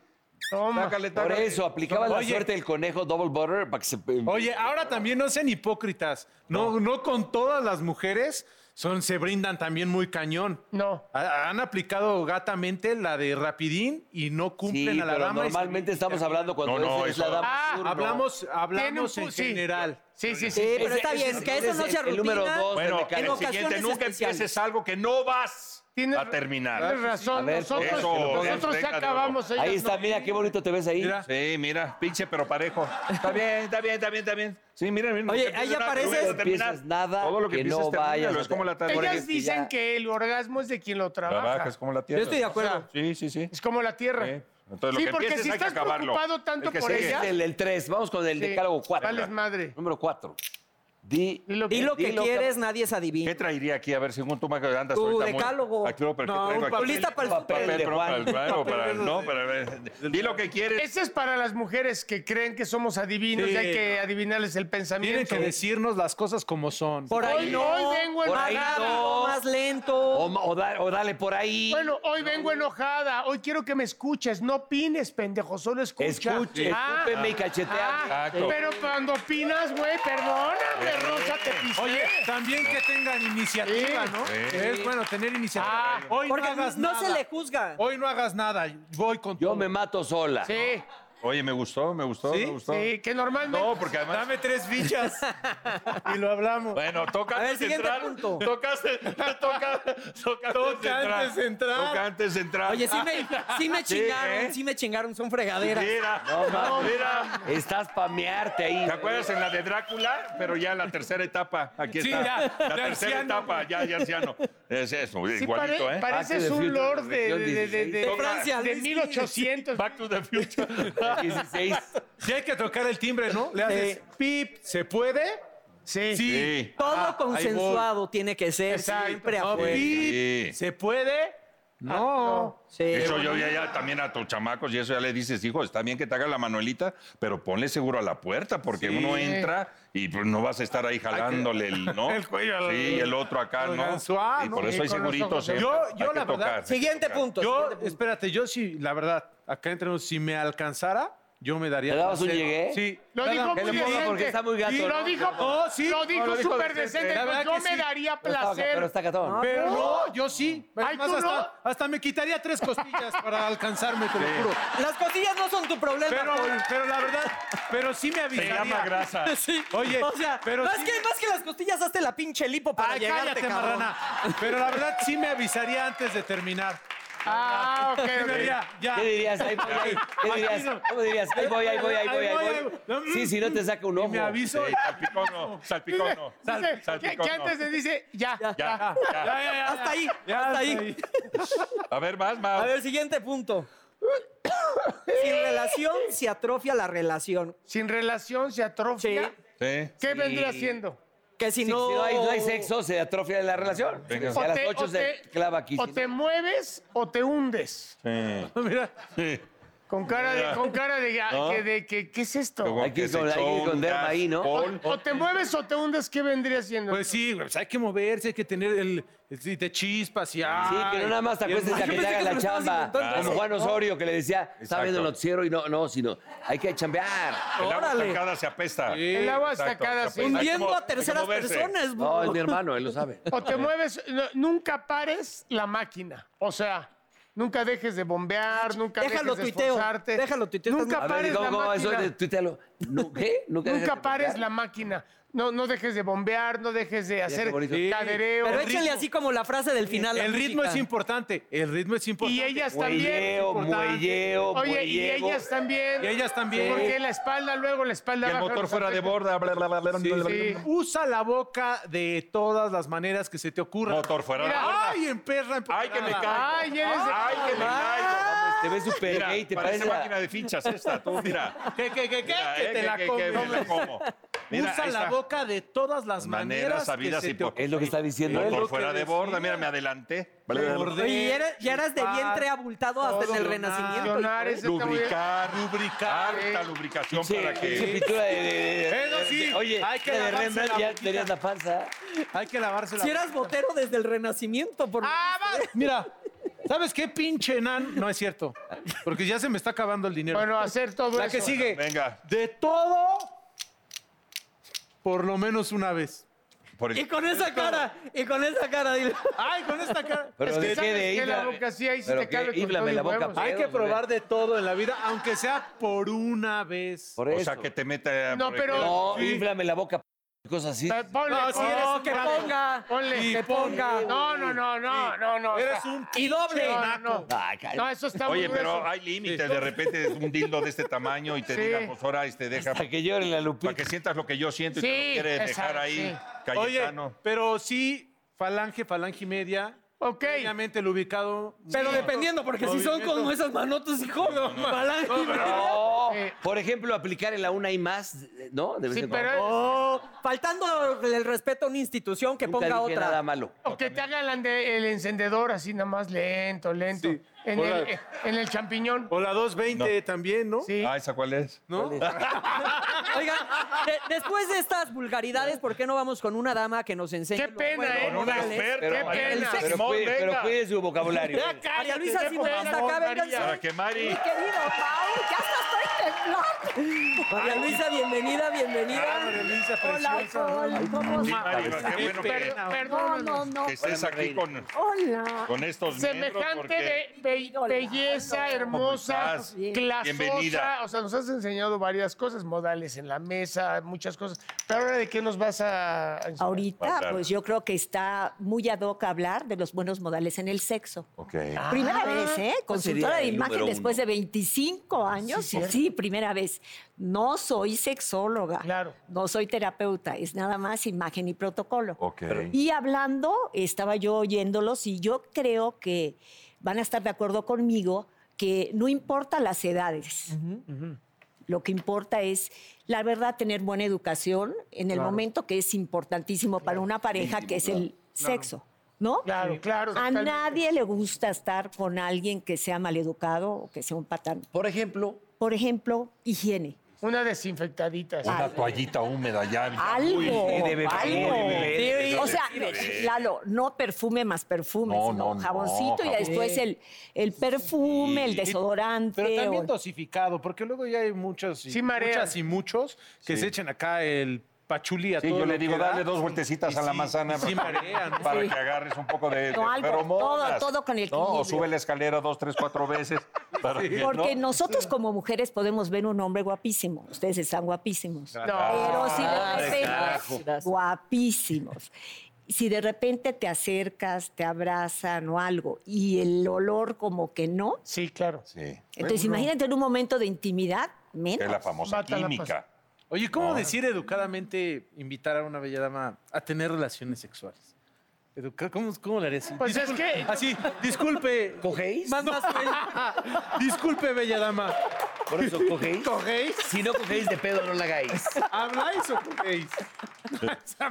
Speaker 3: Toma.
Speaker 2: tácale,
Speaker 4: Por
Speaker 2: tácale.
Speaker 4: eso, aplicabas la
Speaker 7: Oye.
Speaker 4: suerte del conejo double butter para que se.
Speaker 7: Oye,
Speaker 2: ah,
Speaker 7: ahora también no sean hipócritas. No, no, con todas las mujeres son, se brindan también muy cañón.
Speaker 3: No.
Speaker 7: Ha- Han aplicado gatamente la de rapidín y no
Speaker 4: Sí,
Speaker 7: cumplen a la
Speaker 4: pero
Speaker 7: dama. y se
Speaker 4: normalmente
Speaker 7: brindan.
Speaker 4: estamos hablando cuando
Speaker 2: No, no,
Speaker 4: es, es
Speaker 2: eso-
Speaker 4: la dama.
Speaker 3: Ah,
Speaker 4: sur, ¿no?
Speaker 7: Hablamos,
Speaker 3: Tiene un
Speaker 7: hablamos
Speaker 3: pu-
Speaker 7: en
Speaker 3: sí.
Speaker 7: general.
Speaker 3: Sí, sí,
Speaker 4: Ese-
Speaker 3: sí.
Speaker 6: pero está
Speaker 4: ese-
Speaker 6: bien, que eso
Speaker 4: ese
Speaker 6: no
Speaker 4: es
Speaker 6: sea
Speaker 4: El número
Speaker 6: rutina.
Speaker 4: dos. de
Speaker 2: Bueno,
Speaker 4: Mecánica.
Speaker 2: el
Speaker 6: ocasiones
Speaker 2: siguiente, nunca
Speaker 6: especiales.
Speaker 2: empieces algo que no vas
Speaker 3: Tienes-
Speaker 2: a terminar.
Speaker 3: Tienes razón,
Speaker 4: ver,
Speaker 3: nosotros,
Speaker 2: eso,
Speaker 3: nosotros
Speaker 2: es
Speaker 3: ya
Speaker 2: regla de
Speaker 3: acabamos. ellos
Speaker 4: Ahí está,
Speaker 3: no.
Speaker 4: mira qué bonito te ves ahí.
Speaker 7: Mira.
Speaker 2: Sí, mira, pinche pero parejo. Está bien, está bien, está bien, está bien. Sí, mira, mira.
Speaker 6: Oye,
Speaker 2: no te
Speaker 6: ahí ya
Speaker 2: empiezas nada,
Speaker 6: pareces-
Speaker 2: no te empiezas
Speaker 4: Empiezas nada
Speaker 2: Todo lo que,
Speaker 4: que
Speaker 2: empiezas,
Speaker 4: no
Speaker 2: termínalo,
Speaker 4: vayas a
Speaker 2: Es como la tarde.
Speaker 3: Ellas
Speaker 4: Porque
Speaker 3: dicen
Speaker 4: ya-
Speaker 3: que el orgasmo es de quien lo trabaja.
Speaker 2: Trabaja, es como la
Speaker 6: Yo
Speaker 2: tierra.
Speaker 6: estoy de acuerdo.
Speaker 2: Sí, sí, sí.
Speaker 3: Es como la tierra.
Speaker 2: Sí. Entonces, lo
Speaker 3: Sí,
Speaker 2: que
Speaker 3: porque
Speaker 2: empieces
Speaker 3: si
Speaker 2: hay que
Speaker 3: estás
Speaker 2: acabarlo.
Speaker 3: preocupado
Speaker 2: El
Speaker 3: tanto
Speaker 2: que
Speaker 3: por
Speaker 2: sigue.
Speaker 3: ella,
Speaker 4: Este El, 3, vamos con el
Speaker 3: Sí.
Speaker 4: decálogo 4.
Speaker 3: vales madre.
Speaker 4: Número 4. Di,
Speaker 3: Y lo que-
Speaker 6: Y lo que
Speaker 4: Dilo,
Speaker 6: quieres, nadie se adivina.
Speaker 2: ¿Qué traería aquí? A ver, según tú Maca, andas
Speaker 6: Tu
Speaker 2: ahorita muy-
Speaker 6: decálogo.
Speaker 2: Aquí, pero ¿qué
Speaker 7: No,
Speaker 2: traigo
Speaker 7: un
Speaker 2: aquí?
Speaker 6: Tu lista para el
Speaker 4: Papel.
Speaker 6: papel.
Speaker 2: Papel,
Speaker 4: de
Speaker 2: pero
Speaker 4: Juan.
Speaker 2: para el- bueno, para- no, para ver. Di lo que quieres.
Speaker 3: Ese es para las mujeres que creen que somos adivinos
Speaker 7: Sí.
Speaker 3: y hay que adivinarles el
Speaker 7: Tienen
Speaker 3: pensamiento.
Speaker 7: que decirnos las cosas como son.
Speaker 6: Por ahí
Speaker 3: Hoy-
Speaker 6: no.
Speaker 3: hoy vengo
Speaker 6: por ahí
Speaker 3: enojada.
Speaker 6: no, Más lento.
Speaker 4: O, ma- o da- o dale por ahí.
Speaker 3: Bueno, hoy vengo enojada. Hoy quiero que me escuches. No opines, pendejo. Solo escucha. Ah.
Speaker 4: Escuche, escúpeme y cachetea.
Speaker 2: Exacto.
Speaker 3: Pero cuando opinas, güey, perdóname, Rosa, te pisé.
Speaker 7: Pues Oye, también que tengan iniciativa,
Speaker 3: Sí.
Speaker 7: ¿no?
Speaker 2: Sí.
Speaker 7: Es bueno tener iniciativa.
Speaker 3: Ah,
Speaker 7: Hoy no
Speaker 6: Porque no,
Speaker 7: hagas
Speaker 6: se
Speaker 7: nada.
Speaker 6: le juzga.
Speaker 7: Hoy no hagas nada. Voy con
Speaker 4: Yo
Speaker 7: todo.
Speaker 4: me mato sola.
Speaker 3: Sí,
Speaker 2: Oye, me gustó, me gustó,
Speaker 7: ¿Sí?
Speaker 2: me gustó.
Speaker 3: sí, que normalmente...
Speaker 2: No, porque además.
Speaker 7: Dame tres fichas y lo hablamos.
Speaker 2: Bueno, toca
Speaker 6: A ver,
Speaker 2: antes de
Speaker 6: siguiente
Speaker 2: entrar.
Speaker 6: punto.
Speaker 2: Toca, toca, toca,
Speaker 7: Toca antes de entrar.
Speaker 2: Toca antes de entrar.
Speaker 6: Oye, sí me, sí me chingaron,
Speaker 2: ¿eh?
Speaker 6: sí me chingaron, son fregaderas.
Speaker 2: Mira, mira.
Speaker 4: Estás pamearte ahí.
Speaker 2: ¿Te acuerdas en la de Drácula? Pero ya en la tercera etapa. Aquí
Speaker 7: Sí,
Speaker 2: está.
Speaker 7: ya,
Speaker 2: la
Speaker 7: de
Speaker 2: tercera
Speaker 7: anciano.
Speaker 2: etapa, ya, ya anciano. Es eso,
Speaker 3: Sí,
Speaker 2: igualito,
Speaker 3: pare-
Speaker 2: ¿eh?
Speaker 6: Ah,
Speaker 4: Back
Speaker 3: pareces
Speaker 4: to the
Speaker 3: un
Speaker 4: Future,
Speaker 3: lord de,
Speaker 4: versión
Speaker 3: de- de-
Speaker 4: 16.
Speaker 3: de-
Speaker 6: De Francia,
Speaker 3: de
Speaker 6: Luis.
Speaker 3: 1800.
Speaker 2: Back to the future.
Speaker 4: 16.
Speaker 7: Si hay que tocar el timbre, ¿no? Le haces
Speaker 6: Sí.
Speaker 7: pip, ¿se puede?
Speaker 3: Sí.
Speaker 2: Sí.
Speaker 6: Todo
Speaker 7: Ah, ahí
Speaker 6: consensuado tiene que ser,
Speaker 3: Exacto.
Speaker 6: siempre a
Speaker 7: No,
Speaker 6: fuerza.
Speaker 2: pues, Sí.
Speaker 7: pip, ¿se puede? No.
Speaker 6: Sí.
Speaker 2: Eso yo ya, ya también a tus chamacos y eso ya le dices, hijo, está bien que te haga la manuelita, pero ponle seguro a la puerta porque uno entra y pues, no vas a estar ahí jalándole el, ¿no?
Speaker 7: El cuello al-
Speaker 2: Sí, el otro acá,
Speaker 7: al
Speaker 2: ¿no?
Speaker 7: ganzuá,
Speaker 2: y
Speaker 7: ¿no?
Speaker 2: por eso
Speaker 3: Sí,
Speaker 2: hay
Speaker 3: con los
Speaker 2: seguritos.
Speaker 3: ojos,
Speaker 2: siempre.
Speaker 7: Yo- yo
Speaker 2: Hay que
Speaker 7: la verdad-
Speaker 2: tocar, hay que
Speaker 6: Siguiente
Speaker 2: tocar.
Speaker 6: punto.
Speaker 7: Yo,
Speaker 6: siguiente punto.
Speaker 7: espérate, yo sí, la verdad, acá entre nosotros, si me alcanzara, yo me daría.
Speaker 4: ¿Te dabas un
Speaker 7: placer.
Speaker 4: llegué?
Speaker 7: Sí.
Speaker 3: Lo
Speaker 7: Cada-
Speaker 3: dijo
Speaker 4: ¿Qué
Speaker 3: muy
Speaker 4: le pongo?
Speaker 3: decente.
Speaker 4: Porque está muy gato,
Speaker 3: Y Lo
Speaker 4: ¿no?
Speaker 3: dijo,
Speaker 7: No, sí,
Speaker 3: lo
Speaker 7: no,
Speaker 3: dijo
Speaker 7: lo dijo
Speaker 3: súper
Speaker 7: decente.
Speaker 3: decente.
Speaker 7: La
Speaker 3: pues
Speaker 7: verdad
Speaker 3: yo
Speaker 7: que
Speaker 3: me
Speaker 7: sí.
Speaker 3: daría
Speaker 4: Pero está- Pero
Speaker 3: placer.
Speaker 4: está catón.
Speaker 7: Pero no, yo sí.
Speaker 3: Ay,
Speaker 7: Además,
Speaker 3: ¿tú
Speaker 7: hasta,
Speaker 3: no?
Speaker 7: hasta me quitaría tres costillas para alcanzarme, te lo juro.
Speaker 6: Las cosillas no son tu problema,
Speaker 7: Pero,
Speaker 6: Paul.
Speaker 7: pero la verdad, pero sí me
Speaker 2: Se
Speaker 7: avisaría.
Speaker 2: llama grasa.
Speaker 6: Sí.
Speaker 7: Oye,
Speaker 6: o sea,
Speaker 7: pero
Speaker 6: más,
Speaker 7: sí-
Speaker 6: que, más que las costillas, hazte la pinche lipo para
Speaker 7: Ay,
Speaker 6: llegarte,
Speaker 7: cállate,
Speaker 6: cabrón.
Speaker 7: marrana. Pero la verdad, sí me avisaría antes de terminar.
Speaker 3: Ah, ok,
Speaker 7: Sí me
Speaker 3: ok.
Speaker 7: diría, ya.
Speaker 4: ¿Qué dirías? Ahí voy, ahí. ¿Qué dirías? ¿Cómo dirías? Ahí voy, ahí voy, ahí voy, ahí voy. Sí, si no te saca un
Speaker 7: Y
Speaker 4: ojo.
Speaker 7: me aviso.
Speaker 2: Sí, salpicón no, salpicón no.
Speaker 3: Dice- dice que,
Speaker 2: salpicón
Speaker 3: que
Speaker 2: no.
Speaker 3: antes le dice, ya, ya.
Speaker 2: Ya, ya.
Speaker 7: Ya, ya, ya, ya.
Speaker 6: Hasta ahí,
Speaker 7: Ya,
Speaker 6: hasta ahí.
Speaker 2: A ver, más,
Speaker 6: A
Speaker 2: más.
Speaker 6: ver, siguiente punto. Sin relación se atrofia la relación.
Speaker 3: Sin relación se atrofia.
Speaker 6: Sí.
Speaker 2: Sí.
Speaker 3: ¿Qué vendría siendo?
Speaker 6: Que si
Speaker 4: Si
Speaker 6: no.
Speaker 4: no hay, no hay sexo, se atrofia la relación.
Speaker 2: Venga.
Speaker 4: Si a las 8
Speaker 3: o
Speaker 4: se
Speaker 3: te-
Speaker 4: clava aquí.
Speaker 3: O
Speaker 4: si
Speaker 3: te mueves o te hundes.
Speaker 7: Mira,
Speaker 2: Sí.
Speaker 3: Con cara de, con cara de, que, de que, ¿qué es esto?
Speaker 2: Luego
Speaker 3: O,
Speaker 4: Hay que ir
Speaker 2: se
Speaker 4: con- hay que
Speaker 2: echó
Speaker 4: ir con
Speaker 2: un
Speaker 4: Derma
Speaker 2: gas,
Speaker 4: ahí, ¿no?
Speaker 2: Paul.
Speaker 3: o te mueves o te hundes, ¿qué vendría siendo?
Speaker 7: pues sí, pues hay que moverse, hay que tener el, el de chispas y
Speaker 4: Sí, que no nada más te acuestes
Speaker 6: hermano,
Speaker 4: a que
Speaker 6: yo
Speaker 4: te
Speaker 6: pensé
Speaker 4: haga
Speaker 6: que
Speaker 4: la
Speaker 6: te lo estabas
Speaker 4: chamba.
Speaker 6: inventando.
Speaker 4: Como Juan Osorio que le decía,
Speaker 2: Exacto.
Speaker 4: estaba viendo el noticiero y no, no, sino hay que chambear.
Speaker 2: El agua
Speaker 6: Órale.
Speaker 2: sacada se apesta.
Speaker 3: el agua
Speaker 2: Exacto,
Speaker 3: sacada
Speaker 2: se
Speaker 3: así.
Speaker 2: apesta. Hay
Speaker 6: Hundiendo
Speaker 2: como-
Speaker 6: a terceras
Speaker 2: hay que moverse.
Speaker 6: personas,
Speaker 4: No, es
Speaker 6: burro.
Speaker 4: mi hermano, él lo sabe.
Speaker 3: O te mueves, no, nunca pares la máquina. O sea, nunca dejes de bombear, nunca
Speaker 6: Déjalo
Speaker 3: dejes de
Speaker 6: tuiteo,
Speaker 3: esforzarte.
Speaker 6: déjalo tuiteo, estás
Speaker 3: Nunca
Speaker 4: A ver,
Speaker 3: pares
Speaker 4: ¿cómo,
Speaker 3: la
Speaker 4: cómo? Eso,
Speaker 3: máquina.
Speaker 4: de- tuitealo. ¿Nu- ¿Qué? Nunca, dejas
Speaker 3: Nunca
Speaker 4: de
Speaker 3: pares
Speaker 4: chambear?
Speaker 3: la máquina. No, no dejes de bombear, no dejes de hacer
Speaker 4: bonito.
Speaker 3: cadereo.
Speaker 6: Pero
Speaker 3: El
Speaker 6: échale así como la frase del final. la
Speaker 7: El ritmo es
Speaker 6: música.
Speaker 7: importante, el ritmo es importante.
Speaker 3: Y ellas también.
Speaker 4: Muelleo,
Speaker 7: importante.
Speaker 4: muelleo,
Speaker 3: Oye, y
Speaker 4: muelleo.
Speaker 3: ellas también.
Speaker 7: Y ellas también.
Speaker 3: Porque la espalda, luego la espalda
Speaker 2: Y el
Speaker 3: baja,
Speaker 2: motor
Speaker 3: nos
Speaker 2: fuera de
Speaker 3: afecta.
Speaker 2: borda. bla, bla, bla, bla,
Speaker 7: Sí,
Speaker 2: bla, bla,
Speaker 7: sí.
Speaker 2: bla.
Speaker 7: Usa la boca de todas las maneras que se te ocurra.
Speaker 2: Motor fuera de
Speaker 3: Mira,
Speaker 2: borda.
Speaker 7: ¡Ay, en perra! en
Speaker 2: ¡Ay, que me
Speaker 7: perra.
Speaker 2: caigo!
Speaker 3: Ay, eres de-
Speaker 2: ¡Ay, que me caigo!
Speaker 4: Te ves súper
Speaker 2: Mira,
Speaker 4: gay, te
Speaker 2: parece
Speaker 4: parece.
Speaker 2: máquina de fichas esta, tú, mira.
Speaker 7: ¿Qué, qué, qué, qué?
Speaker 2: Mira,
Speaker 7: que
Speaker 2: eh,
Speaker 7: te
Speaker 2: que-
Speaker 7: la
Speaker 2: que- que
Speaker 7: comes.
Speaker 2: me la como. Mira,
Speaker 7: Usa
Speaker 2: ahí
Speaker 7: la
Speaker 2: está.
Speaker 7: boca de todas las maneras,
Speaker 2: Maneras habidas
Speaker 7: que se
Speaker 2: y
Speaker 7: te
Speaker 2: por...
Speaker 4: Es lo que está diciendo él.
Speaker 2: Motor
Speaker 7: lo
Speaker 2: fuera
Speaker 7: que
Speaker 2: de borda,
Speaker 7: decía.
Speaker 2: mira, me adelanté. Bla, bla, bla.
Speaker 7: ocurra.
Speaker 6: Oye, y eras, ya eras de
Speaker 7: Chupar,
Speaker 6: vientre abultado hasta en el
Speaker 7: todo,
Speaker 6: renacimiento. ¿eh?
Speaker 3: Accionar ese está muy bien.
Speaker 2: Lubricar,
Speaker 7: Lubricar.
Speaker 2: harta lubricación
Speaker 4: Sí,
Speaker 2: para
Speaker 4: pinche
Speaker 2: que...
Speaker 4: pintura de. de- de-
Speaker 7: Eso
Speaker 4: de-
Speaker 7: sí,
Speaker 4: de- Oye,
Speaker 7: hay que
Speaker 4: la de
Speaker 7: lavarse
Speaker 4: Rembrandt
Speaker 7: la
Speaker 4: ya
Speaker 7: boquita.
Speaker 4: tenías la panza.
Speaker 7: Hay que lavarse la
Speaker 6: Si eras botero desde el renacimiento, por
Speaker 3: Ah, va.
Speaker 7: Mira, ¿sabes qué pinche enan? No es cierto, porque ya se me está acabando el dinero.
Speaker 3: Bueno, hacer todo
Speaker 7: la
Speaker 3: eso.
Speaker 7: que sigue.
Speaker 2: Venga.
Speaker 7: De todo, por lo menos una vez.
Speaker 2: Por
Speaker 6: Y
Speaker 2: el...
Speaker 6: con esa cara, y con esa cara, dile.
Speaker 7: Ay, con esta cara.
Speaker 4: Pero
Speaker 3: Es que
Speaker 4: ¿de qué?
Speaker 3: sabes
Speaker 4: De
Speaker 3: que la
Speaker 4: íblame.
Speaker 3: boca sí, ahí sí
Speaker 4: Pero
Speaker 3: te
Speaker 4: qué,
Speaker 3: cabe con
Speaker 4: íblame
Speaker 3: todo y
Speaker 4: la boca,
Speaker 3: huevos.
Speaker 4: pa-
Speaker 7: Hay que probar de todo en la vida, aunque sea por una vez.
Speaker 4: Por
Speaker 2: O
Speaker 4: eso.
Speaker 2: sea, que te meta...
Speaker 3: No,
Speaker 2: por
Speaker 3: pero-
Speaker 2: ejemplo,
Speaker 4: No,
Speaker 3: Sí.
Speaker 4: inflame la boca, p- cosas así.
Speaker 3: Pa- Ponle,
Speaker 7: No, sí,
Speaker 3: ponle,
Speaker 7: eres un
Speaker 3: ponle,
Speaker 7: vato.
Speaker 6: ponga.
Speaker 3: Ponle,
Speaker 7: Sí,
Speaker 3: que Oh, ponga.
Speaker 7: ponle.
Speaker 3: No, no, no, no, no, no.
Speaker 7: Eres
Speaker 3: o sea,
Speaker 7: un
Speaker 6: Y doble.
Speaker 3: No, no, no.
Speaker 4: Ay, cállate.
Speaker 3: No, eso está
Speaker 2: Oye,
Speaker 3: muy
Speaker 2: pero
Speaker 3: grueso.
Speaker 2: hay límites. De repente es un dildo de este tamaño y te
Speaker 3: Sí.
Speaker 2: diga, pues ahora este, deja...
Speaker 4: Para que lloren la lupita.
Speaker 2: Para que sientas lo que yo siento y
Speaker 3: Sí,
Speaker 2: te lo quieres
Speaker 3: exacto,
Speaker 2: dejar ahí,
Speaker 3: sí.
Speaker 7: Oye,
Speaker 2: Cayetano.
Speaker 7: pero sí, falange, falange y media.
Speaker 3: Ok.
Speaker 7: Obviamente el ubicado.
Speaker 6: Pero dependiendo, porque si son
Speaker 7: Movimiento.
Speaker 6: como esas manotas, hijo, falange y media.
Speaker 4: No.
Speaker 3: Sí.
Speaker 4: Por ejemplo, aplicar en la una y más, ¿no? De vez
Speaker 3: Sí,
Speaker 4: en cuando.
Speaker 3: pero
Speaker 6: O Oh, faltando el respeto a una institución que
Speaker 4: Nunca
Speaker 6: ponga
Speaker 4: dije
Speaker 6: otra.
Speaker 4: nada malo.
Speaker 3: O que te hagan la de- el encendedor así nada más lento, lento.
Speaker 7: Sí.
Speaker 3: En,
Speaker 7: Hola.
Speaker 3: el, en el champiñón.
Speaker 7: O la 220 también, ¿no?
Speaker 3: Sí.
Speaker 2: Ah, ¿esa cuál es?
Speaker 7: ¿No?
Speaker 6: Oigan, de- después de estas vulgaridades, ¿por qué no vamos con una dama que nos enseñe?
Speaker 3: Qué
Speaker 6: los
Speaker 3: pena,
Speaker 6: buenos
Speaker 3: ¿eh?
Speaker 2: Con una
Speaker 6: modales?
Speaker 2: experta.
Speaker 4: Pero,
Speaker 3: Qué
Speaker 4: María,
Speaker 3: pena.
Speaker 4: pero
Speaker 2: Simón,
Speaker 4: cuide-
Speaker 2: venga.
Speaker 4: pero cuide su vocabulario.
Speaker 3: Ya
Speaker 4: venga.
Speaker 3: cállate,
Speaker 6: María Luisa,
Speaker 3: qué
Speaker 6: si me
Speaker 3: pena,
Speaker 6: hasta acá,
Speaker 3: María.
Speaker 6: vénganse.
Speaker 2: Para que Mari...
Speaker 5: Querido Paul, ya hasta estoy temblando.
Speaker 6: María Luisa, bienvenida, bienvenida.
Speaker 7: María Luisa,
Speaker 5: Hola,
Speaker 7: preciosa.
Speaker 5: Paul, ¿cómo
Speaker 2: Sí,
Speaker 5: estás?
Speaker 2: Mari, qué bueno que,
Speaker 3: Per-
Speaker 5: No,
Speaker 3: Perdónanos.
Speaker 5: no, no.
Speaker 2: que estés aquí con,
Speaker 5: Hola.
Speaker 2: con estos miembros
Speaker 3: Semejante
Speaker 2: porque
Speaker 3: be- be-
Speaker 5: Hola.
Speaker 3: belleza hermosa,
Speaker 2: estás?
Speaker 3: clasosa.
Speaker 2: Bienvenida.
Speaker 3: O sea, nos has enseñado varias cosas, modales en la mesa, muchas cosas. Pero ahora, ¿de qué nos vas a a enseñar?
Speaker 8: Ahorita,
Speaker 2: Claro.
Speaker 8: pues yo creo que está muy ad hoc hablar de los buenos modales en el sexo.
Speaker 2: Ah,
Speaker 8: Primera vez, ¿eh?
Speaker 2: pues
Speaker 8: Consultora
Speaker 4: Ah. sería
Speaker 8: de
Speaker 4: el
Speaker 8: imagen
Speaker 4: número
Speaker 8: después de 25 años. Sí, primera vez. No soy sexóloga.
Speaker 3: Claro.
Speaker 8: No soy terapeuta. Es nada más imagen y protocolo.
Speaker 2: Ok.
Speaker 8: Y hablando, estaba yo oyéndolos y yo creo que van a estar de acuerdo conmigo que no importa las edades. Lo que importa es, la verdad, tener buena educación en el momento que es importantísimo para una pareja, que es el sexo, ¿no?
Speaker 3: Claro, claro.
Speaker 8: A
Speaker 3: totalmente.
Speaker 8: nadie le gusta estar con alguien que sea maleducado o que sea un patán.
Speaker 4: Por ejemplo,
Speaker 8: Por ejemplo, higiene.
Speaker 3: Una desinfectadita. sí.
Speaker 2: Una toallita húmeda ya.
Speaker 8: Algo.
Speaker 4: sí, debe-
Speaker 8: algo.
Speaker 4: sí, debe-
Speaker 8: Sí, o sea,
Speaker 4: debe-
Speaker 8: Lalo, no perfume más perfume,
Speaker 2: No,
Speaker 8: sino
Speaker 2: no, no,
Speaker 8: jaboncito y
Speaker 2: jabón.
Speaker 8: después el, el perfume, el desodorante.
Speaker 7: Pero
Speaker 8: o-
Speaker 7: también dosificado, porque luego ya hay muchos y,
Speaker 3: Sí, marea.
Speaker 7: muchas y muchos que
Speaker 2: Sí.
Speaker 7: se echen acá el pachuli a
Speaker 2: Sí,
Speaker 7: todo
Speaker 2: yo
Speaker 7: lo
Speaker 2: le digo,
Speaker 7: que da.
Speaker 2: dale dos vueltecitas
Speaker 7: Y
Speaker 2: a la
Speaker 7: sí,
Speaker 2: manzana
Speaker 7: y sí marean.
Speaker 2: para que agarres un poco de, de
Speaker 8: No, algo,
Speaker 2: feromonas.
Speaker 8: todo- todo con el
Speaker 2: No, o
Speaker 8: equilibrio.
Speaker 2: sube la escalera dos, tres, cuatro veces. para que
Speaker 8: Porque
Speaker 2: no-
Speaker 8: nosotros como mujeres podemos ver un hombre guapísimo. Ustedes están guapísimos. Pero si
Speaker 2: Ah,
Speaker 8: de repente, guapísimos. Si de repente te acercas, te abrazan o algo y el olor como que no.
Speaker 3: Sí, claro.
Speaker 2: Sí.
Speaker 8: Entonces imagínate en un momento de intimidad,
Speaker 2: Que es
Speaker 8: menos.
Speaker 2: la famosa
Speaker 3: Mata la
Speaker 2: química. Ah.
Speaker 7: Oye, ¿cómo decir educadamente invitar a una bella dama a tener relaciones sexuales? Educa- ¿Cómo, ¿Cómo le harías?
Speaker 3: Pues es que-
Speaker 7: Así, disculpe.
Speaker 4: ¿Cogéis?
Speaker 7: Mando- disculpe, bella dama.
Speaker 4: Por eso, ¿cogéis?
Speaker 7: ¿Cogéis?
Speaker 4: Si no cogéis de pedo, no la hagáis.
Speaker 7: ¿Habláis o cogéis? Esa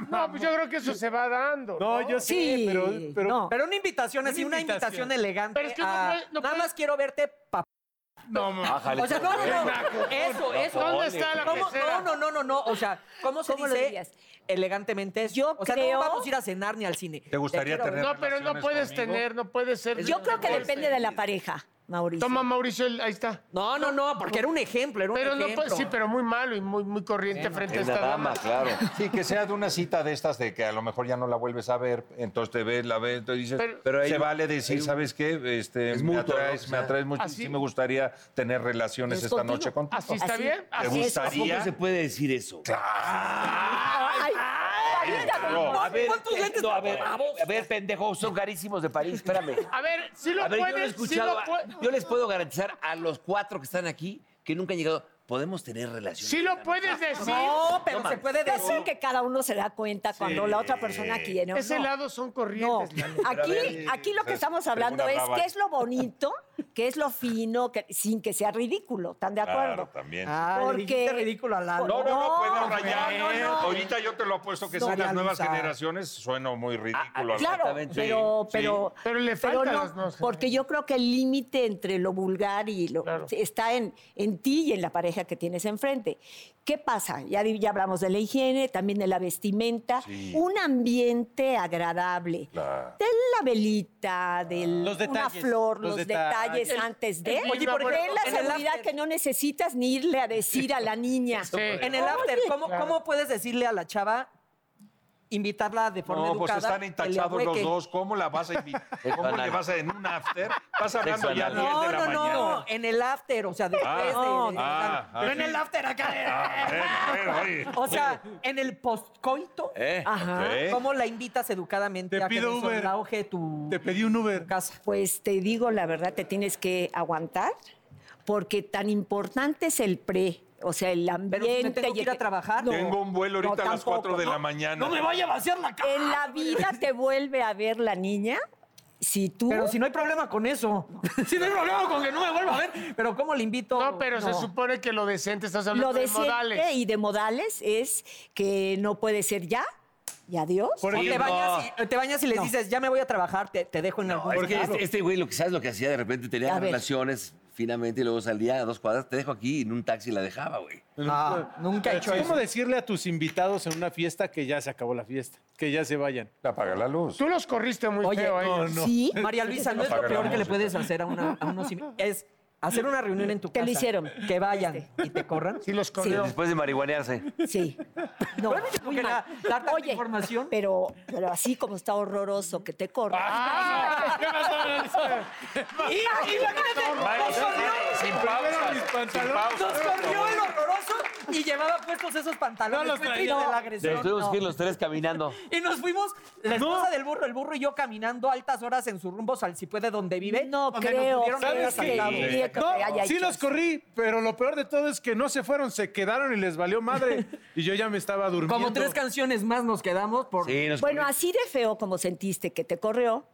Speaker 3: No, pues yo creo que eso se va dando.
Speaker 7: No, yo sé,
Speaker 8: Sí,
Speaker 7: pero, pero
Speaker 8: no.
Speaker 6: Pero una invitación así, una
Speaker 7: invitación.
Speaker 6: invitación elegante.
Speaker 3: Pero es que no
Speaker 6: a,
Speaker 3: puede- no
Speaker 6: nada
Speaker 3: puede-
Speaker 6: más quiero verte papá.
Speaker 4: Bájale.
Speaker 6: O sea, no, no, no. Eso, eso.
Speaker 3: ¿Dónde está la
Speaker 6: ¿Cómo?
Speaker 3: pecera?
Speaker 6: No, no, no, no, no. O sea, ¿cómo se
Speaker 8: ¿Cómo lo
Speaker 6: dice
Speaker 8: dirías?
Speaker 6: elegantemente eso?
Speaker 8: Yo
Speaker 6: o sea,
Speaker 8: creo-
Speaker 6: no vamos a ir a cenar ni al cine.
Speaker 2: ¿Te gustaría
Speaker 6: quiero
Speaker 2: tener
Speaker 3: No, pero no
Speaker 2: relaciones
Speaker 3: puedes
Speaker 2: conmigo?
Speaker 3: tener, no puede ser.
Speaker 8: Yo creo que depende de la pareja, Mauricio.
Speaker 3: Toma, Mauricio, el- ahí está.
Speaker 6: No, no, no, porque era un ejemplo, era un
Speaker 3: Pero no
Speaker 6: ejemplo.
Speaker 3: puede- sí, pero muy malo y muy, muy corriente frente a
Speaker 4: Es
Speaker 3: esta
Speaker 4: la dama,
Speaker 3: dama.
Speaker 4: claro.
Speaker 2: Sí, que sea de una cita de estas de que a lo mejor ya no la vuelves a ver, entonces te ves, la ves, entonces dices,
Speaker 3: Pero-
Speaker 4: Pero hay
Speaker 2: se
Speaker 4: un-
Speaker 2: vale decir,
Speaker 4: hay un-
Speaker 2: ¿sabes qué? Este,
Speaker 4: Es
Speaker 2: me
Speaker 4: mutuo,
Speaker 2: atraes,
Speaker 4: ¿no? O
Speaker 2: me
Speaker 4: sea,
Speaker 2: atraes mucho,
Speaker 3: así-
Speaker 2: sí me gustaría tener relaciones
Speaker 8: Es
Speaker 2: esta
Speaker 8: contigo.
Speaker 2: noche contigo.
Speaker 3: Así está
Speaker 8: Así.
Speaker 3: bien.
Speaker 2: ¿Te
Speaker 3: Así es.
Speaker 2: gustaría?
Speaker 4: ¿Cómo se puede decir eso?
Speaker 8: Ay,
Speaker 2: No,
Speaker 4: A ver, eh,
Speaker 6: ¿Cuántos lentes
Speaker 4: no, a ver,
Speaker 6: para vos?
Speaker 4: a ver, pendejo, son carísimos de París, espérame.
Speaker 3: A ver, si lo
Speaker 4: a ver, yo no he
Speaker 3: puedes, sí
Speaker 4: escuchado.
Speaker 3: lo
Speaker 4: a-
Speaker 3: puedes.
Speaker 4: yo les puedo garantizar a los cuatro que están aquí que nunca han llegado. Podemos tener relaciones.
Speaker 3: Sí lo puedes decir.
Speaker 6: No, pero se
Speaker 4: mames.
Speaker 6: puede
Speaker 8: yo
Speaker 6: decir.
Speaker 8: creo que cada uno se da cuenta cuando la otra persona quiere. o
Speaker 3: Ese
Speaker 8: no.
Speaker 3: lado son
Speaker 8: No,
Speaker 3: corrientes. Lalo.
Speaker 8: aquí,
Speaker 2: ver,
Speaker 8: aquí lo que
Speaker 2: eh,
Speaker 8: estamos
Speaker 2: tengo
Speaker 8: hablando
Speaker 2: una
Speaker 8: es
Speaker 2: brava.
Speaker 8: qué es lo bonito, qué es lo fino, que- sin que sea ridículo, ¿están de acuerdo?
Speaker 2: Claro, también.
Speaker 6: Ah,
Speaker 8: Porque-
Speaker 6: le dijiste ridículo a Lalo.
Speaker 2: No, no, no,
Speaker 8: No,
Speaker 2: puedes rayar.
Speaker 8: no, no, no.
Speaker 2: Ahorita yo te lo apuesto que
Speaker 6: No,
Speaker 2: son las nuevas
Speaker 6: realizar.
Speaker 2: generaciones, sueno muy
Speaker 8: Claro,
Speaker 2: ridículo.
Speaker 4: Exactamente.
Speaker 8: pero,
Speaker 2: Sí,
Speaker 8: pero,
Speaker 3: Pero le
Speaker 8: pero
Speaker 3: faltan
Speaker 8: no,
Speaker 3: las dos.
Speaker 8: porque yo creo que el límite entre lo vulgar y lo
Speaker 3: Claro.
Speaker 8: está en, en ti y en la pareja que tienes enfrente. ¿Qué pasa? Ya, di- ya hablamos de la higiene, también de la vestimenta, un ambiente agradable.
Speaker 2: Claro.
Speaker 8: De la velita, de
Speaker 7: Los
Speaker 8: una
Speaker 7: detalles,
Speaker 8: flor, los,
Speaker 7: los
Speaker 8: detalles,
Speaker 7: detalles.
Speaker 8: antes de.
Speaker 6: Oye, por
Speaker 8: Ten
Speaker 6: ejemplo, en
Speaker 8: la
Speaker 6: el
Speaker 8: seguridad
Speaker 6: after.
Speaker 8: que no necesitas ni irle a decir a la niña.
Speaker 3: Sí.
Speaker 6: En el after, ¿cómo,
Speaker 3: claro.
Speaker 6: ¿cómo puedes decirle a la chava, invitarla de forma
Speaker 2: No, pues
Speaker 6: educada?
Speaker 2: están
Speaker 6: que
Speaker 2: intachados
Speaker 6: le
Speaker 2: los
Speaker 6: ahueque?
Speaker 2: dos. ¿Cómo la vas a invitar? ¿Cómo le
Speaker 4: banal.
Speaker 2: vas a en un after? Vas hablando
Speaker 4: Sexo
Speaker 2: ya a
Speaker 4: anal.
Speaker 2: 10
Speaker 6: No,
Speaker 2: de la
Speaker 6: no,
Speaker 2: mañana.
Speaker 6: no, en el after, o sea, después de- de...
Speaker 2: ah,
Speaker 6: Pero
Speaker 2: ah,
Speaker 6: en el after acá. eh.
Speaker 2: A ver, a ver, oye.
Speaker 6: O sea, en el postcoito,
Speaker 4: ¿Eh?
Speaker 2: Ok.
Speaker 6: ¿cómo la invitas educadamente
Speaker 7: Te
Speaker 6: a que
Speaker 7: pido Uber.
Speaker 6: desenlauje tu,
Speaker 7: te pedí un Uber.
Speaker 6: tu casa?
Speaker 8: Pues te digo la verdad, te tienes que aguantar, porque tan importante es el pre, o sea, el
Speaker 6: Pero si me
Speaker 8: ambiente. y
Speaker 6: tengo que ir a
Speaker 8: el-
Speaker 6: trabajar.
Speaker 2: Ah, Tengo un vuelo ahorita
Speaker 8: No,
Speaker 2: a las
Speaker 8: tampoco,
Speaker 2: 4 de
Speaker 8: no.
Speaker 2: la mañana.
Speaker 6: vaya a vaciar la
Speaker 8: En la vida te vuelve a ver la niña. Si tú.
Speaker 6: Pero si no hay problema con eso. si no hay problema con que no me vuelva a ver. Pero ¿cómo le invito?
Speaker 3: No, pero se supone que lo decente estás hablando
Speaker 8: lo
Speaker 3: de
Speaker 8: decente
Speaker 3: modales.
Speaker 8: y de modales es que no puede ser ya y adiós.
Speaker 6: O te,
Speaker 4: ejemplo-
Speaker 6: bañas y, te bañas y les dices, ya me voy a trabajar, te, te dejo en algún
Speaker 4: Es que
Speaker 6: lugar".
Speaker 4: este- este güey, lo que sabes lo que hacía, de repente tenía
Speaker 8: A ver.
Speaker 4: relaciones finalmente y luego salía a dos cuadras, te dejo aquí y en un taxi la dejaba, güey.
Speaker 6: Ah, nunca he hecho
Speaker 7: ¿Cómo
Speaker 6: eso.
Speaker 7: decirle a tus invitados en una fiesta que ya se acabó la fiesta? Que ya se vayan.
Speaker 2: Apaga la luz.
Speaker 3: Tú los corriste muy
Speaker 6: Oye,
Speaker 3: feo a
Speaker 7: no,
Speaker 3: ellos.
Speaker 7: no.
Speaker 8: Sí,
Speaker 6: María Luisa, no es lo
Speaker 2: Apaga la
Speaker 6: peor que le
Speaker 2: música.
Speaker 6: puedes hacer a, una, a unos im- Es hacer una reunión en tu
Speaker 8: Te
Speaker 6: casa.
Speaker 8: lo hicieron. Este.
Speaker 6: Que vayan y te corran.
Speaker 3: Sí los corrió.
Speaker 4: Después de marihuanearse.
Speaker 8: sí. No, muy
Speaker 6: porque
Speaker 8: mal.
Speaker 6: la- dar tanta
Speaker 8: Oye,
Speaker 6: información.
Speaker 8: Pero, pero así como está horroroso que te corran.
Speaker 6: Y, imagínate, nos corrió,
Speaker 2: Sin
Speaker 7: Primero
Speaker 2: pausa.
Speaker 7: mis
Speaker 2: Sin
Speaker 7: pantalones.
Speaker 2: pausa.
Speaker 6: nos corrió el horroroso y llevaba puestos esos pantalones.
Speaker 7: No los
Speaker 6: Fue
Speaker 7: traía.
Speaker 6: triste la
Speaker 4: Entonces
Speaker 6: agresión.
Speaker 4: tuvimos
Speaker 6: No.
Speaker 4: que ir los tres caminando.
Speaker 6: Y nos fuimos, la esposa del burro, el burro y yo caminando altas horas en su rumbo, sal si puede, donde vive.
Speaker 8: No
Speaker 6: donde
Speaker 8: creo.
Speaker 6: Nos pudieron haber
Speaker 7: ¿Sabes qué?
Speaker 6: asaltado.
Speaker 8: Sí, creo que
Speaker 7: No,
Speaker 8: haya
Speaker 7: sí
Speaker 8: hecho
Speaker 7: los
Speaker 8: eso.
Speaker 7: corrí, pero lo peor de todo es que no se fueron, se quedaron y les valió madre. Y yo ya me estaba durmiendo.
Speaker 6: Como tres canciones más nos quedamos por...
Speaker 4: Sí, nos
Speaker 8: Bueno, así de feo como sentiste que te corrió,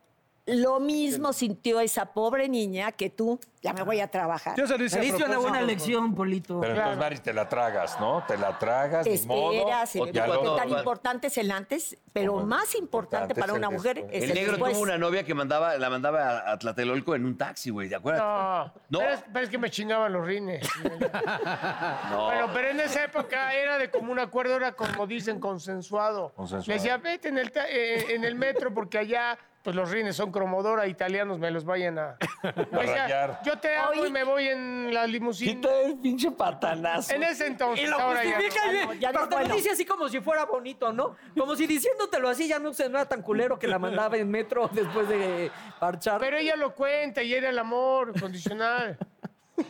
Speaker 8: Lo mismo sintió esa pobre niña que tú, ya me voy a trabajar.
Speaker 1: Yo se lo hice
Speaker 6: Te
Speaker 1: a
Speaker 6: diste una
Speaker 1: propósito.
Speaker 6: buena lección, Polito.
Speaker 2: Pero entonces, Mari, te la tragas, ¿no? Te la tragas,
Speaker 8: Te
Speaker 2: ni modo.
Speaker 8: esperas, el-
Speaker 2: Ya
Speaker 8: porque
Speaker 2: lo-
Speaker 4: no,
Speaker 8: tan
Speaker 4: va-
Speaker 8: importante es el antes, pero
Speaker 2: Como
Speaker 8: más importante
Speaker 2: importante
Speaker 8: Este para
Speaker 2: es el
Speaker 8: una mujer
Speaker 2: después.
Speaker 8: es
Speaker 4: El
Speaker 8: el
Speaker 4: negro
Speaker 8: después.
Speaker 4: tuvo una novia que mandaba, la mandaba a- a Tlatelolco en un taxi, güey, ¿de acuerdo?
Speaker 3: No,
Speaker 4: No.
Speaker 3: Pero, es, pero es que me chingaban los rines. Bueno, pero en esa época era de común acuerdo, era como dicen, consensuado.
Speaker 2: Consensuado.
Speaker 3: Le decía, vete en el, ta- eh, en el metro porque allá pues los rines son cromodora, italianos me los vayan a... Me decía,
Speaker 2: rayar.
Speaker 3: yo te amo
Speaker 8: Oye.
Speaker 3: y me voy en la limusina.
Speaker 6: el pinche patanazo.
Speaker 3: En ese entonces,
Speaker 6: Y lo
Speaker 3: ahora ya
Speaker 6: justifica
Speaker 3: no.
Speaker 6: y-
Speaker 8: Ah, no, ya
Speaker 6: pero te
Speaker 8: después
Speaker 6: lo
Speaker 8: no.
Speaker 6: dice así como si fuera bonito, ¿no? Como si diciéndotelo así ya no se no era tan culero que la mandaba en metro después de parchar.
Speaker 3: Pero ella lo cuenta y era el amor condicional.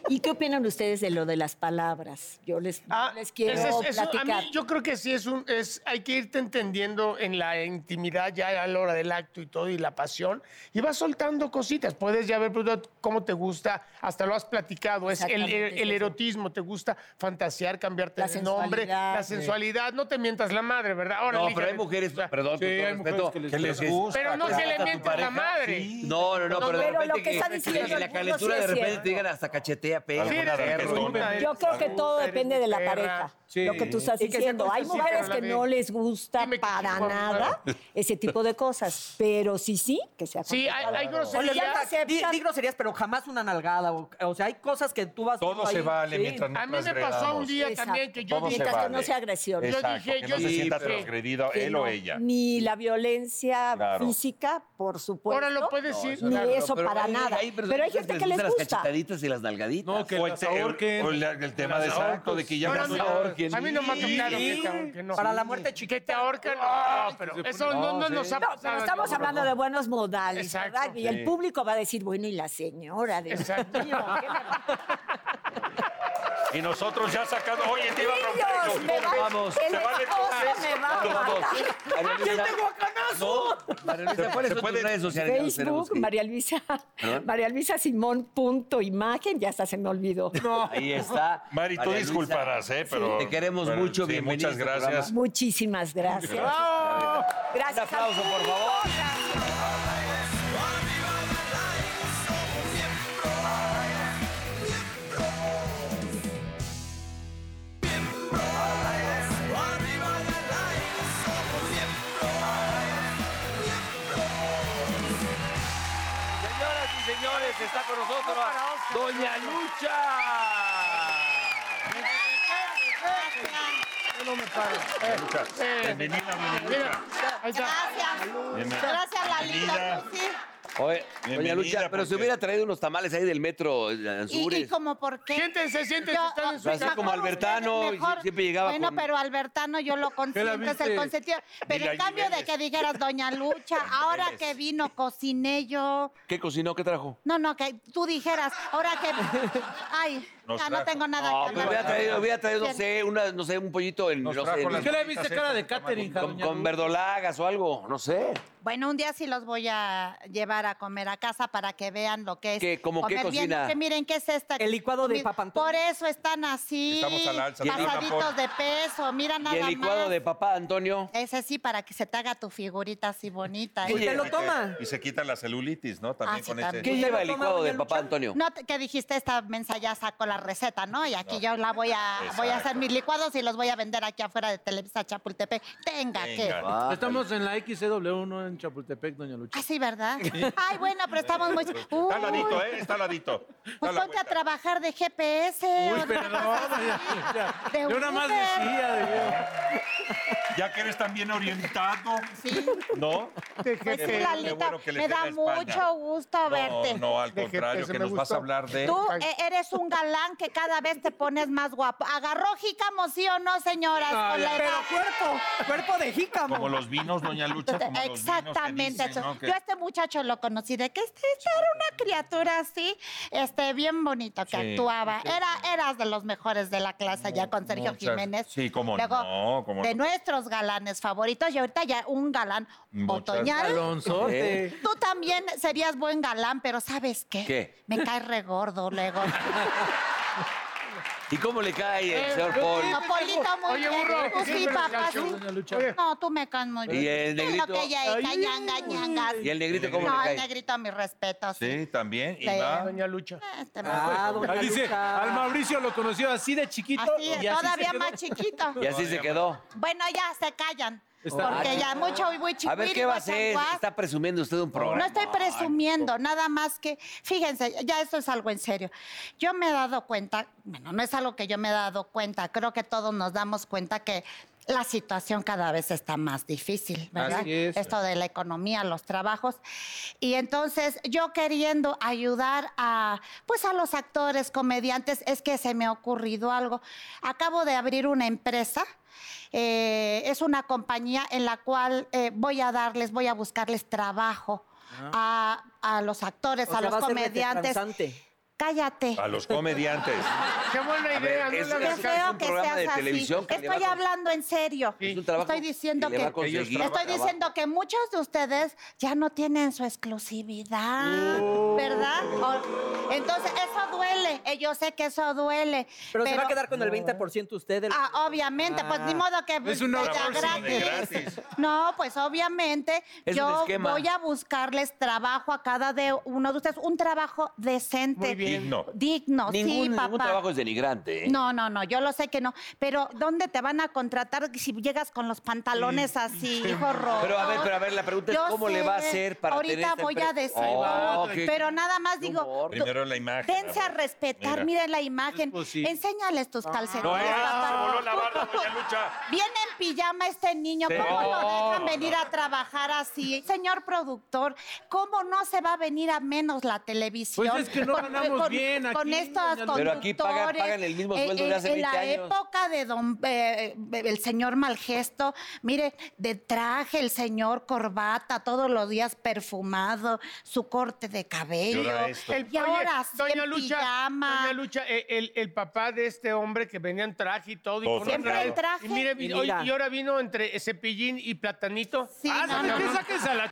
Speaker 8: ¿Y qué opinan ustedes de lo de las palabras? Yo les, yo les quiero
Speaker 3: ese es- eso, a
Speaker 8: platicar.
Speaker 3: mí, yo creo que sí es un. Es, hay que irte entendiendo en la intimidad, ya a la hora del acto y todo, y la pasión. Y vas soltando cositas. Puedes ya ver pues, cómo te gusta, hasta lo has platicado. Es el,
Speaker 8: Exactamente,
Speaker 3: el-
Speaker 8: sí,
Speaker 3: el
Speaker 8: sí.
Speaker 3: erotismo, te gusta fantasear, cambiarte
Speaker 8: La
Speaker 3: de nombre,
Speaker 8: sensualidad,
Speaker 3: la
Speaker 8: sí.
Speaker 3: sensualidad. No te mientas la madre, ¿verdad? Ahora,
Speaker 4: No,
Speaker 3: hija
Speaker 4: pero hay
Speaker 3: de-
Speaker 4: mujeres,
Speaker 3: o sea,
Speaker 4: perdón, con
Speaker 7: Sí,
Speaker 4: todo
Speaker 7: hay
Speaker 4: respeto,
Speaker 7: mujeres que les-
Speaker 3: Pero no
Speaker 4: que
Speaker 3: se
Speaker 4: le
Speaker 3: le
Speaker 4: gusta a tu
Speaker 3: mientas la
Speaker 4: pareja,
Speaker 3: madre.
Speaker 4: No, no, no, pero, de
Speaker 8: pero
Speaker 4: repente
Speaker 8: lo que está diciendo
Speaker 4: en
Speaker 8: el
Speaker 4: la
Speaker 8: mundo
Speaker 4: calentura
Speaker 8: sí
Speaker 4: de
Speaker 8: es
Speaker 4: repente
Speaker 8: cierto.
Speaker 4: te digan hasta cachetea, pega.
Speaker 3: Sí, eres
Speaker 2: perro,
Speaker 3: puta,
Speaker 2: una-
Speaker 3: eres
Speaker 8: Yo creo que
Speaker 3: puta,
Speaker 8: todo
Speaker 3: eres
Speaker 8: depende de la
Speaker 3: perra.
Speaker 8: pareja.
Speaker 7: Sí.
Speaker 8: Lo que tú estás
Speaker 3: Y que
Speaker 8: diciendo.
Speaker 3: sepas
Speaker 8: Hay
Speaker 3: así,
Speaker 8: mujeres
Speaker 3: pero
Speaker 8: que
Speaker 3: la
Speaker 8: no
Speaker 3: de-
Speaker 8: les gusta
Speaker 3: Dime que
Speaker 8: para
Speaker 3: chingo,
Speaker 8: nada ese tipo de cosas. Pero sí, sí, que sea
Speaker 3: Sí, hay, hay
Speaker 6: O le
Speaker 3: groserías.
Speaker 8: ya
Speaker 6: llamas-
Speaker 8: se-
Speaker 6: di, di groserías, pero jamás una nalgada. O, o sea, hay cosas que tú vas.
Speaker 2: Todo
Speaker 6: viendo
Speaker 2: se
Speaker 6: ahí,
Speaker 2: vale
Speaker 6: sí.
Speaker 2: mientras no
Speaker 3: A mí me pasó un
Speaker 2: transgredamos.
Speaker 3: día
Speaker 8: Exacto.
Speaker 3: también que yo
Speaker 2: Todo
Speaker 3: dije.
Speaker 8: Mientras
Speaker 2: se
Speaker 8: que no
Speaker 2: vale.
Speaker 8: sea agresión.
Speaker 3: Yo
Speaker 2: Exacto,
Speaker 3: dije,
Speaker 2: que
Speaker 3: yo
Speaker 2: no se
Speaker 3: dije
Speaker 2: sienta
Speaker 3: que-
Speaker 2: transgredido
Speaker 8: que
Speaker 2: él
Speaker 8: no,
Speaker 2: o ella.
Speaker 8: Ni la violencia
Speaker 2: Claro.
Speaker 8: física, por supuesto.
Speaker 3: Ahora lo puedes decir.
Speaker 8: Ni
Speaker 3: claro.
Speaker 8: eso para nada. pero hay gente que les
Speaker 4: Las
Speaker 8: gusta.
Speaker 4: cachetaditas y las nalgaditas.
Speaker 7: No, que
Speaker 2: O
Speaker 7: las
Speaker 2: te-
Speaker 7: ahorquen.
Speaker 2: o la- el tema de exacto, de que ya
Speaker 3: Bueno,
Speaker 2: no-
Speaker 3: mira, a mí no me ha tocado que, te ahorquen, no.
Speaker 6: Para la muerte
Speaker 3: Que te ahorcan, no, pero eso
Speaker 4: pues,
Speaker 3: no, no nos ha
Speaker 8: No,
Speaker 3: pasado.
Speaker 8: pero estamos hablando de buenos modales,
Speaker 3: Exacto.
Speaker 8: ¿verdad? Y el público va a decir, bueno, y la señora de
Speaker 3: Exacto.
Speaker 8: Dios mío, qué
Speaker 2: Y nosotros ya sacando, oye, te iba a romper el
Speaker 8: Dios, me
Speaker 2: doctor,
Speaker 8: va,
Speaker 4: vamos,
Speaker 8: el
Speaker 2: se vale
Speaker 8: esposo me va a matar.
Speaker 4: ¿Cuáles son tus redes sociales? Ya nos tenemos
Speaker 8: Facebook,
Speaker 4: que ir.
Speaker 8: María Luisa,
Speaker 4: ¿Perdón?
Speaker 8: María Luisa Simón punto imagen, ya hasta se me olvidó.
Speaker 4: Ahí está.
Speaker 2: Mari, tú
Speaker 4: María Luisa,
Speaker 2: disculparás, ¿eh? Pero,
Speaker 4: Te queremos
Speaker 2: pero
Speaker 4: mucho,
Speaker 2: sí,
Speaker 4: bienvenida
Speaker 2: Muchas
Speaker 4: a este
Speaker 2: gracias.
Speaker 8: Muchísimas gracias.
Speaker 4: Un
Speaker 8: Gracias.
Speaker 4: aplauso, por favor. Señoras y señores, está con nosotros Doña Lucha.
Speaker 2: Muchas. Bienvenida, bienvenida.
Speaker 3: Ahí está.
Speaker 2: Gracias, Lalita.
Speaker 4: Oye, Doña
Speaker 2: Bienvenida,
Speaker 4: Lucha, pero
Speaker 2: porque-
Speaker 4: se hubiera traído unos tamales ahí del metro eh, Anzures.
Speaker 9: como por qué.
Speaker 3: Siéntense, siéntense,
Speaker 9: Yo,
Speaker 3: están en su
Speaker 9: pues,
Speaker 4: Así
Speaker 3: casa.
Speaker 4: como Albertano,
Speaker 9: ustedes mejor.
Speaker 4: siempre llegaba
Speaker 9: Bueno,
Speaker 4: con-
Speaker 9: pero Albertano yo lo consiento, es el consentido. Pero en
Speaker 2: Mira,
Speaker 9: cambio de
Speaker 2: Jiménez.
Speaker 9: que dijeras Doña Lucha, ahora que vino cociné yo.
Speaker 4: ¿Qué cocinó? ¿Qué trajo?
Speaker 9: No, no, que tú dijeras, ahora que. Ay,
Speaker 2: Nos
Speaker 9: ya no
Speaker 2: trajo.
Speaker 9: tengo nada
Speaker 4: No,
Speaker 9: que
Speaker 4: pero
Speaker 9: hablar.
Speaker 4: hubiera traído, hubiera traído, no sé, una, no sé, un pollito en, no sé,
Speaker 2: trajo
Speaker 4: en-
Speaker 2: las-
Speaker 7: ¿Qué le viste cara de catering,
Speaker 4: con,
Speaker 7: doña
Speaker 4: con
Speaker 7: Luz?
Speaker 4: verdolagas o algo, no sé.
Speaker 9: Bueno, un día sí los voy a llevar a comer a casa para que vean lo que es.
Speaker 4: ¿Qué, cómo qué
Speaker 9: comer bien,
Speaker 4: cocina?
Speaker 9: no, que miren qué es esta.
Speaker 6: El licuado de
Speaker 9: comida.
Speaker 6: Papantón.
Speaker 9: Por eso están así.
Speaker 2: Estamos a la alza, señora Napol.
Speaker 9: Pasaditos de peso, mira nada
Speaker 4: Y el licuado
Speaker 9: más.
Speaker 4: de papá Antonio.
Speaker 9: Ese sí, para que se te haga tu figurita así bonita.
Speaker 6: Oye,
Speaker 9: ¿eh?
Speaker 6: te lo toma.
Speaker 2: Y se quita la celulitis, ¿no? También
Speaker 9: Ah, sí,
Speaker 2: con este. ese.
Speaker 4: ¿Qué
Speaker 9: también.
Speaker 4: lleva el
Speaker 6: toma,
Speaker 4: licuado
Speaker 6: doña
Speaker 4: de papá
Speaker 6: Lucha?
Speaker 4: Antonio?
Speaker 9: No, te- que dijiste, esta mensa ya sacó la receta, ¿no? Y aquí yo la voy a, voy a hacer
Speaker 2: Exacto.
Speaker 9: mis licuados y los voy a vender aquí afuera de Televisa Chapultepec. Tenga, que.
Speaker 2: Venga.
Speaker 4: Ah,
Speaker 7: Estamos en la XCW, no en Chapultepec, doña Lucha.
Speaker 9: Ah, sí, ¿verdad? Ay, bueno, pero estamos muy... Uy,
Speaker 2: Está al ladito, ¿eh? Está al ladito. Está a
Speaker 9: Pues
Speaker 2: la
Speaker 9: ponte a
Speaker 2: vuelta.
Speaker 9: trabajar de GPS.
Speaker 7: Uy,
Speaker 9: o
Speaker 7: perdón,
Speaker 9: no pasa nada.
Speaker 7: doña Lucha.
Speaker 9: De
Speaker 7: Yo nada más
Speaker 9: Uber.
Speaker 7: decía, de-
Speaker 2: Ya que eres tan bien orientado,
Speaker 9: Sí,
Speaker 2: ¿no?
Speaker 9: pues sí,
Speaker 2: Qué bueno, qué
Speaker 9: Lalita,
Speaker 2: bueno que les
Speaker 9: me
Speaker 2: dé la
Speaker 9: da
Speaker 2: espalda.
Speaker 9: mucho gusto verte.
Speaker 2: No, no, al
Speaker 3: De gente,
Speaker 2: contrario,
Speaker 3: ese
Speaker 2: que
Speaker 3: me
Speaker 2: nos vas a
Speaker 3: gustó.
Speaker 2: hablar de...
Speaker 9: Tú eh, eres un galán que cada vez te pones más guapo. ¿Agarró jícamo, sí o no, señoras? Con la
Speaker 6: Pero
Speaker 9: edad.
Speaker 6: cuerpo, cuerpo de jícamo.
Speaker 2: Como los vinos, doña Lucha, como los vinos que
Speaker 9: Exactamente.
Speaker 2: dicen,
Speaker 9: eso.
Speaker 2: ¿no? Que-
Speaker 9: Yo a este muchacho lo conocí de que este, este era una criatura así, este, bien bonito que
Speaker 2: Sí,
Speaker 9: actuaba. Era, eras de los mejores de la clase ya con Sergio
Speaker 2: muchas-
Speaker 9: Jiménez.
Speaker 2: sí, cómo
Speaker 9: Luego,
Speaker 2: no, cómo
Speaker 9: de
Speaker 2: no.
Speaker 9: nuestros galanes favoritos y ahorita ya un galán
Speaker 2: Muchas-
Speaker 9: otoñal.
Speaker 7: Alonso.
Speaker 4: ¿Eh?
Speaker 9: Tú también serías buen galán, pero ¿sabes qué?
Speaker 4: ¿Qué?
Speaker 9: Me caes regordo luego.
Speaker 4: ¿Y cómo le
Speaker 9: Eh,
Speaker 4: cae el señor Paul?
Speaker 9: Polito, muy
Speaker 3: Oye,
Speaker 9: bien.
Speaker 3: burro,
Speaker 9: Pues sí,
Speaker 3: siempre me
Speaker 9: papá,
Speaker 3: caes
Speaker 9: sí.
Speaker 3: tú, doña Lucha.
Speaker 9: No, tú me caes muy bien.
Speaker 4: Y el
Speaker 9: Es
Speaker 4: negrito.
Speaker 9: Lo que ella hizo, ñanga, ñanga.
Speaker 4: ¿Y el negrito cómo
Speaker 9: No,
Speaker 4: le
Speaker 9: el
Speaker 4: cae?
Speaker 9: negrito, mi respeto. Sí.
Speaker 2: Sí, también. Y
Speaker 9: Sí.
Speaker 2: va.
Speaker 3: Doña Lucha.
Speaker 9: Este me-
Speaker 6: Ah, doña
Speaker 7: Ahí dice,
Speaker 6: Lucha.
Speaker 7: al Mauricio lo conoció así de chiquito.
Speaker 9: Así,
Speaker 7: y así
Speaker 9: todavía
Speaker 7: se quedó.
Speaker 9: más chiquito.
Speaker 4: Y así se quedó.
Speaker 9: Bueno, ya se callan.
Speaker 7: Está-
Speaker 9: Porque ya mucho y muy chiquito.
Speaker 4: A ver, ¿qué va a hacer? Está presumiendo usted un
Speaker 9: No
Speaker 4: programa.
Speaker 9: estoy presumiendo, nada más que, fíjense, ya esto es algo en serio. Yo me he dado cuenta, bueno, no es algo que yo me he dado cuenta, creo que todos nos damos cuenta que la situación cada vez está más difícil, ¿verdad?
Speaker 7: Así es.
Speaker 9: Esto de la economía, los trabajos. Y entonces yo queriendo ayudar a, pues a los actores, comediantes, es que se me ha ocurrido algo. Acabo de abrir una empresa. Eh, es una compañía en la cual eh, voy a darles, voy a buscarles trabajo a, a los actores,
Speaker 6: Ah. O sea,
Speaker 9: a los
Speaker 6: va a ser
Speaker 9: comediantes.
Speaker 6: retransante.
Speaker 9: Cállate.
Speaker 2: A los comediantes.
Speaker 3: Qué buena
Speaker 4: A ver,
Speaker 3: idea,
Speaker 4: es-
Speaker 3: no
Speaker 9: Qué
Speaker 3: la
Speaker 4: es-
Speaker 3: hagas.
Speaker 9: feo
Speaker 4: un
Speaker 9: que
Speaker 4: programa
Speaker 9: seas
Speaker 4: de
Speaker 9: así.
Speaker 4: televisión que le va
Speaker 9: Estoy
Speaker 4: a-
Speaker 9: hablando en serio.
Speaker 4: Es un trabajo
Speaker 9: Estoy diciendo
Speaker 4: que
Speaker 9: que,
Speaker 4: le va a conseguir
Speaker 9: estoy
Speaker 4: trabajo.
Speaker 9: diciendo que muchos de ustedes ya no tienen su exclusividad,
Speaker 3: Uh.
Speaker 9: ¿verdad? O- entonces eso duele. Eh, Yo sé que eso duele.
Speaker 6: Pero, se va a quedar con el 20% usted. del-
Speaker 9: Ah, obviamente, pues ni modo que
Speaker 7: Es un
Speaker 9: vaya
Speaker 7: outsourcing
Speaker 2: de gratis.
Speaker 9: No, pues obviamente
Speaker 4: Es un
Speaker 9: yo
Speaker 4: esquema.
Speaker 9: voy a buscarles trabajo a cada de uno de ustedes, un trabajo decente,
Speaker 3: Muy bien.
Speaker 2: Digno.
Speaker 9: digno, sí,
Speaker 4: Ningún,
Speaker 9: papá.
Speaker 4: ningún trabajo es denigrante, ¿eh?
Speaker 9: No, no, no, yo lo sé que no, pero ¿dónde te van a contratar si llegas con los pantalones así, hijo rojo?
Speaker 4: Mm. Pero a ver, pero a ver, la pregunta es
Speaker 9: Yo
Speaker 4: cómo le va a
Speaker 9: sé,
Speaker 4: hacer para
Speaker 9: Ahorita
Speaker 4: tener esta
Speaker 9: voy
Speaker 4: empre-
Speaker 9: a decir,
Speaker 4: Oh, qué-
Speaker 9: pero nada más digo,
Speaker 4: humor.
Speaker 9: tú-
Speaker 2: Primero la imagen.
Speaker 9: Dense a
Speaker 2: Álvaro.
Speaker 9: respetar,
Speaker 2: Mira.
Speaker 9: miren la imagen.
Speaker 7: No es posible. Ah.
Speaker 9: Enséñales tus calcetines.
Speaker 2: No, eh,
Speaker 9: papá.
Speaker 2: se voló la barra, doña Lucha.
Speaker 9: Viene en pijama este niño, ¿cómo lo dejan venir a trabajar así? Señor productor, ¿cómo no se va a venir a menos la televisión?
Speaker 7: Pues es que no ganamos bien aquí,
Speaker 9: Con estos
Speaker 7: doña Lucha.
Speaker 9: conductores.
Speaker 4: Pero aquí pagan- pagan el mismo
Speaker 9: Eh,
Speaker 4: sueldo de
Speaker 9: en-
Speaker 4: hace
Speaker 9: En
Speaker 4: 20
Speaker 9: la
Speaker 4: años.
Speaker 9: época de don, eh, el señor Malgesto, mire, de traje el señor corbata, todos los días perfumado, su corte de cabello.
Speaker 2: Y ahora esto.
Speaker 9: y ahora sí
Speaker 3: Doña
Speaker 9: en
Speaker 3: Lucha,
Speaker 9: pijama.
Speaker 3: Doña Lucha, eh, el, el papá de este hombre que venía en traje y todo.
Speaker 2: Todo
Speaker 3: y con
Speaker 2: Siempre
Speaker 3: otra-
Speaker 2: en
Speaker 9: traje.
Speaker 3: Y, mire,
Speaker 6: Y
Speaker 3: hoy-
Speaker 6: mira.
Speaker 3: y ahora vino entre cepillín y platanito.
Speaker 9: Sí,
Speaker 7: Ah,
Speaker 9: no,
Speaker 7: ¿sabe
Speaker 9: no,
Speaker 7: qué?
Speaker 9: no.
Speaker 7: Sáquense a la ch-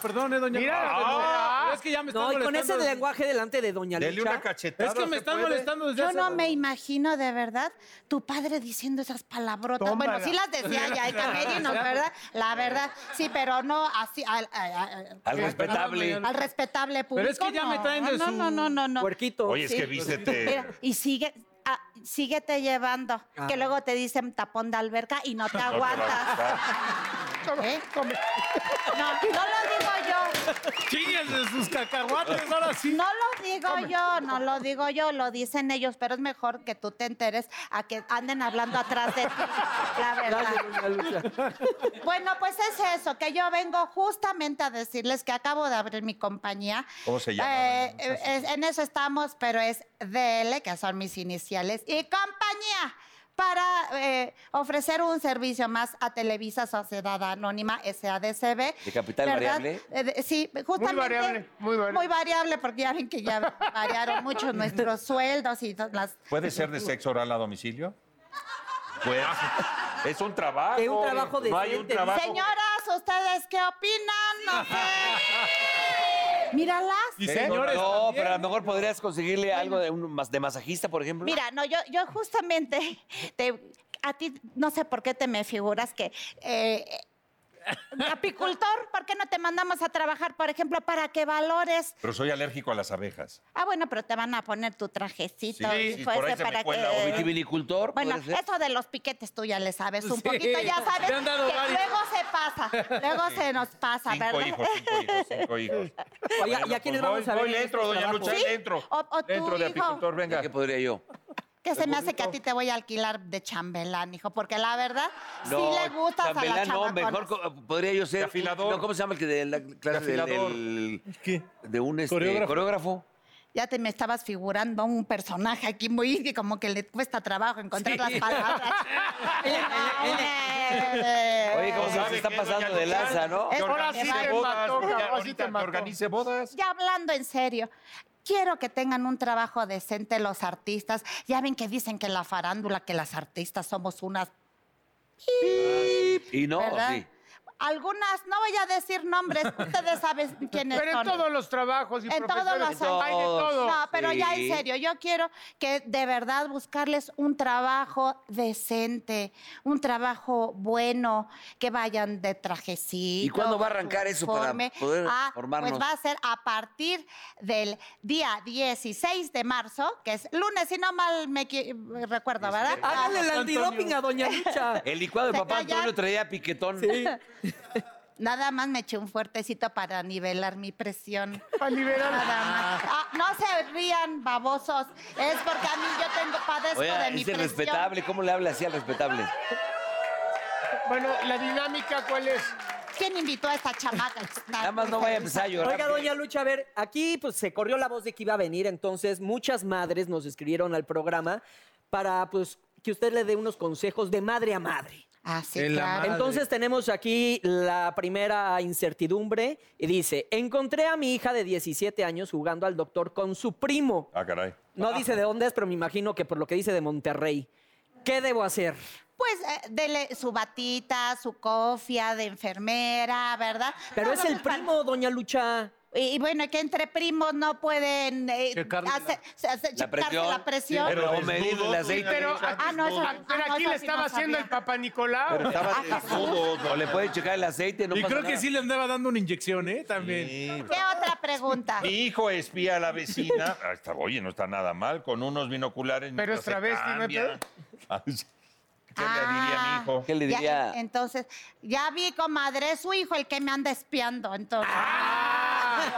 Speaker 7: Perdón, eh, doña
Speaker 3: Mira,
Speaker 7: Lucha, pero-
Speaker 3: ah.
Speaker 7: pero es que ya me
Speaker 6: No,
Speaker 7: están
Speaker 6: y con ese
Speaker 7: molestando.
Speaker 6: lenguaje delante de Doña Lucha.
Speaker 2: Dele una cachetada.
Speaker 7: Es que me
Speaker 2: ¿se
Speaker 7: están
Speaker 2: puede?
Speaker 7: molestando desde
Speaker 9: Yo
Speaker 7: hace
Speaker 9: no
Speaker 7: rato.
Speaker 9: me imagino de verdad tu padre diciendo esas palabrotas. Bueno, sí las decía ya el camerinos, ¿verdad? La verdad, sí, pero no así al, al- al-
Speaker 4: Al respetable.
Speaker 9: al respetable público.
Speaker 7: Pero es que ya
Speaker 9: no,
Speaker 7: me traen de
Speaker 9: no,
Speaker 7: su-
Speaker 9: no, no, no, no.
Speaker 6: Puerquito.
Speaker 2: Oye, es
Speaker 9: Sí.
Speaker 2: que vístete.
Speaker 9: Mira, y sigue, ah, síguete llevando,
Speaker 7: Ah.
Speaker 9: que luego te dicen tapón de alberca y no te
Speaker 2: No te va a
Speaker 9: aguantas.
Speaker 2: gustar.
Speaker 9: ¿eh? No, no lo digo yo.
Speaker 7: Chíguense sus cacahuates, ahora sí.
Speaker 9: No lo digo yo, no lo digo yo, lo dicen ellos, pero es mejor que tú te enteres a que anden hablando atrás de ti, la
Speaker 6: Gracias,
Speaker 9: verdad.
Speaker 6: Doña Lucha.
Speaker 9: Bueno, pues es eso, que yo vengo justamente a decirles que acabo de abrir mi compañía.
Speaker 2: ¿Cómo se llama?
Speaker 9: Eh, eh, es- en eso estamos, pero es DL, que son mis iniciales, y compañía para eh, ofrecer un servicio más a Televisa Sociedad Anónima, SADCB.
Speaker 4: ¿De capital variable?
Speaker 9: Eh, de- sí, justamente.
Speaker 3: variable, muy variable.
Speaker 9: Muy variable, porque ya ven que ya variaron mucho nuestros sueldos y to- las...
Speaker 2: ¿Puede ser de sexo oral a domicilio? Pues, es un trabajo.
Speaker 6: Es un trabajo
Speaker 2: eh, No hay un
Speaker 6: decente.
Speaker 2: trabajo.
Speaker 9: Señoras, ¿ustedes qué opinan? No sé. Míralas.
Speaker 7: Y
Speaker 4: Eh,
Speaker 7: señores,
Speaker 4: no,
Speaker 7: también.
Speaker 4: pero a lo mejor podrías conseguirle algo de, un, mas- de masajista, por ejemplo.
Speaker 9: Mira, no, yo, yo justamente te- a ti no sé por qué te me figuras que eh, apicultor, ¿por qué no te mandamos a trabajar, por ejemplo, para que valores?
Speaker 2: Pero soy alérgico a las abejas.
Speaker 9: Ah, bueno, pero te van a poner tu trajecito,
Speaker 2: Sí,
Speaker 9: hijo,
Speaker 2: por ahí
Speaker 9: ese
Speaker 2: se me
Speaker 9: para
Speaker 2: cuela,
Speaker 9: que.
Speaker 2: o
Speaker 4: Vitivinicultor.
Speaker 9: Bueno,
Speaker 4: puede ser.
Speaker 9: eso de los piquetes tú ya le sabes un
Speaker 7: Sí,
Speaker 9: poquito, ya sabes
Speaker 7: me han dado
Speaker 9: que
Speaker 7: varios.
Speaker 9: luego se pasa, luego se nos pasa,
Speaker 2: Cinco
Speaker 9: ¿verdad?
Speaker 2: hijos, cinco hijos, cinco hijos. pues
Speaker 6: Oye, ¿y a quiénes vamos a ver
Speaker 2: Voy,
Speaker 6: en
Speaker 2: dentro,
Speaker 6: estos
Speaker 2: doña
Speaker 6: trabajos?
Speaker 2: Lucha,
Speaker 9: ¿Sí?
Speaker 2: dentro.
Speaker 9: O- o tú,
Speaker 2: dentro de
Speaker 9: hijo.
Speaker 2: apicultor, venga.
Speaker 4: ¿Qué podría yo?
Speaker 9: Que se me hace que a ti te voy a alquilar de chambelán, hijo, porque la verdad
Speaker 4: No,
Speaker 9: sí le gustas a la
Speaker 4: chambelán, no,
Speaker 9: chamaconas.
Speaker 4: mejor co- podría yo ser.
Speaker 2: De afilador.
Speaker 4: No, ¿Cómo se llama el que de la clase del-
Speaker 2: afilador.
Speaker 4: del- de un este,
Speaker 7: Coreógrafo.
Speaker 4: coreógrafo.
Speaker 9: Ya te me estabas figurando un personaje aquí muy que como que le cuesta trabajo encontrar las palabras. Eh.
Speaker 4: Oye, ¿cómo se,
Speaker 2: ¿Sabe
Speaker 4: está
Speaker 2: qué,
Speaker 4: pasando
Speaker 2: doña
Speaker 4: de
Speaker 2: Lucha?
Speaker 4: lanza, no?
Speaker 9: Es-
Speaker 3: Ahora sí
Speaker 9: Ay,
Speaker 3: te mató,
Speaker 2: Ahorita
Speaker 3: ahora sí te
Speaker 2: que
Speaker 3: mató.
Speaker 2: organice bodas.
Speaker 9: Ya hablando en serio, quiero que tengan un trabajo decente los artistas. Ya ven que dicen que la farándula, que las artistas somos unas,
Speaker 4: Y no,
Speaker 9: ¿verdad?
Speaker 4: sí.
Speaker 9: algunas, no voy a decir nombres, ustedes saben quiénes
Speaker 3: Pero en
Speaker 9: son.
Speaker 3: todos los trabajos y
Speaker 9: En todos
Speaker 3: profesiones,
Speaker 9: los
Speaker 3: hay de todo.
Speaker 9: No, pero ya
Speaker 4: Sí.
Speaker 9: en serio, yo quiero que de verdad buscarles un trabajo decente, un trabajo bueno, que vayan de trajecito.
Speaker 4: ¿Y cuándo va a
Speaker 9: con su
Speaker 4: arrancar eso para
Speaker 9: uniforme.
Speaker 4: poder
Speaker 9: Ah,
Speaker 4: formarnos?
Speaker 9: Pues va a ser a partir del día 16 de marzo, que es lunes, si no mal me equi- recuerdo, ¿verdad? Ah,
Speaker 6: Hágale el antidoping a Doña Lucha.
Speaker 4: El licuado
Speaker 9: Se
Speaker 4: de papá
Speaker 9: callan.
Speaker 4: Antonio traía piquetón.
Speaker 9: Nada más me eché un fuertecito para nivelar mi presión.
Speaker 3: Para liberar.
Speaker 9: Nada más. Ah, no se rían, babosos. Es porque a mí yo tengo padezco
Speaker 4: Oiga,
Speaker 9: de mi
Speaker 4: ese
Speaker 9: presión.
Speaker 4: respetable, ¿cómo le habla así al respetable?
Speaker 3: Bueno, la dinámica, ¿cuál es?
Speaker 9: ¿Quién invitó a esta chamaca?
Speaker 4: Nada más no vaya a
Speaker 2: pues,
Speaker 4: empezar a llorar.
Speaker 6: Oiga, doña Lucha, a ver, aquí pues se corrió la voz de que iba a venir, entonces muchas madres nos escribieron al programa para pues que usted le dé unos consejos de madre a madre.
Speaker 9: Ah, sí,
Speaker 7: En la
Speaker 9: claro.
Speaker 7: madre.
Speaker 6: Entonces tenemos aquí la primera incertidumbre y dice, encontré a mi hija de 17 años jugando al doctor con su primo.
Speaker 2: Ah, caray.
Speaker 6: No dice de dónde es, pero me imagino que por lo que dice de Monterrey. ¿Qué debo hacer?
Speaker 9: Pues eh, dele su batita, su cofia de enfermera, ¿verdad?
Speaker 6: Pero
Speaker 9: No,
Speaker 6: es
Speaker 9: no,
Speaker 6: el
Speaker 9: no, para-
Speaker 6: primo, doña Lucha.
Speaker 9: Y, y bueno, que entre primos no pueden eh,
Speaker 7: Checarle la-
Speaker 9: hacer- se- hace-
Speaker 4: La
Speaker 9: checarse
Speaker 4: presión.
Speaker 9: la presión.
Speaker 2: Pero
Speaker 4: Pero medirle el
Speaker 2: desnudo,
Speaker 4: aceite.
Speaker 3: Pero
Speaker 9: Ah,
Speaker 3: aquí,
Speaker 9: no, eso-
Speaker 3: pero
Speaker 9: ah, no,
Speaker 3: aquí
Speaker 9: eso
Speaker 3: le
Speaker 9: sí
Speaker 3: estaba
Speaker 9: no sabía.
Speaker 3: haciendo
Speaker 9: Ah,
Speaker 3: el papá Nicolau.
Speaker 4: Pero estaba desnudo. O le puede checar el aceite, no
Speaker 7: y
Speaker 4: pasa
Speaker 7: creo que
Speaker 4: nada.
Speaker 7: sí le andaba dando una inyección, ¿eh? También.
Speaker 9: ¿Qué otra pregunta?
Speaker 2: Mi hijo espía a la vecina. Ah, está, oye, no está nada mal, con unos binoculares.
Speaker 3: Pero es
Speaker 2: mientras se
Speaker 3: travesti, ¿no,
Speaker 2: cambia. Ah, sí. ¿Qué le diría a mi
Speaker 9: Ah.
Speaker 2: hijo?
Speaker 4: ¿Qué le
Speaker 9: Ya,
Speaker 4: diría?
Speaker 9: entonces, ya vi, comadre, es su hijo el que me anda espiando, entonces.
Speaker 4: Ah,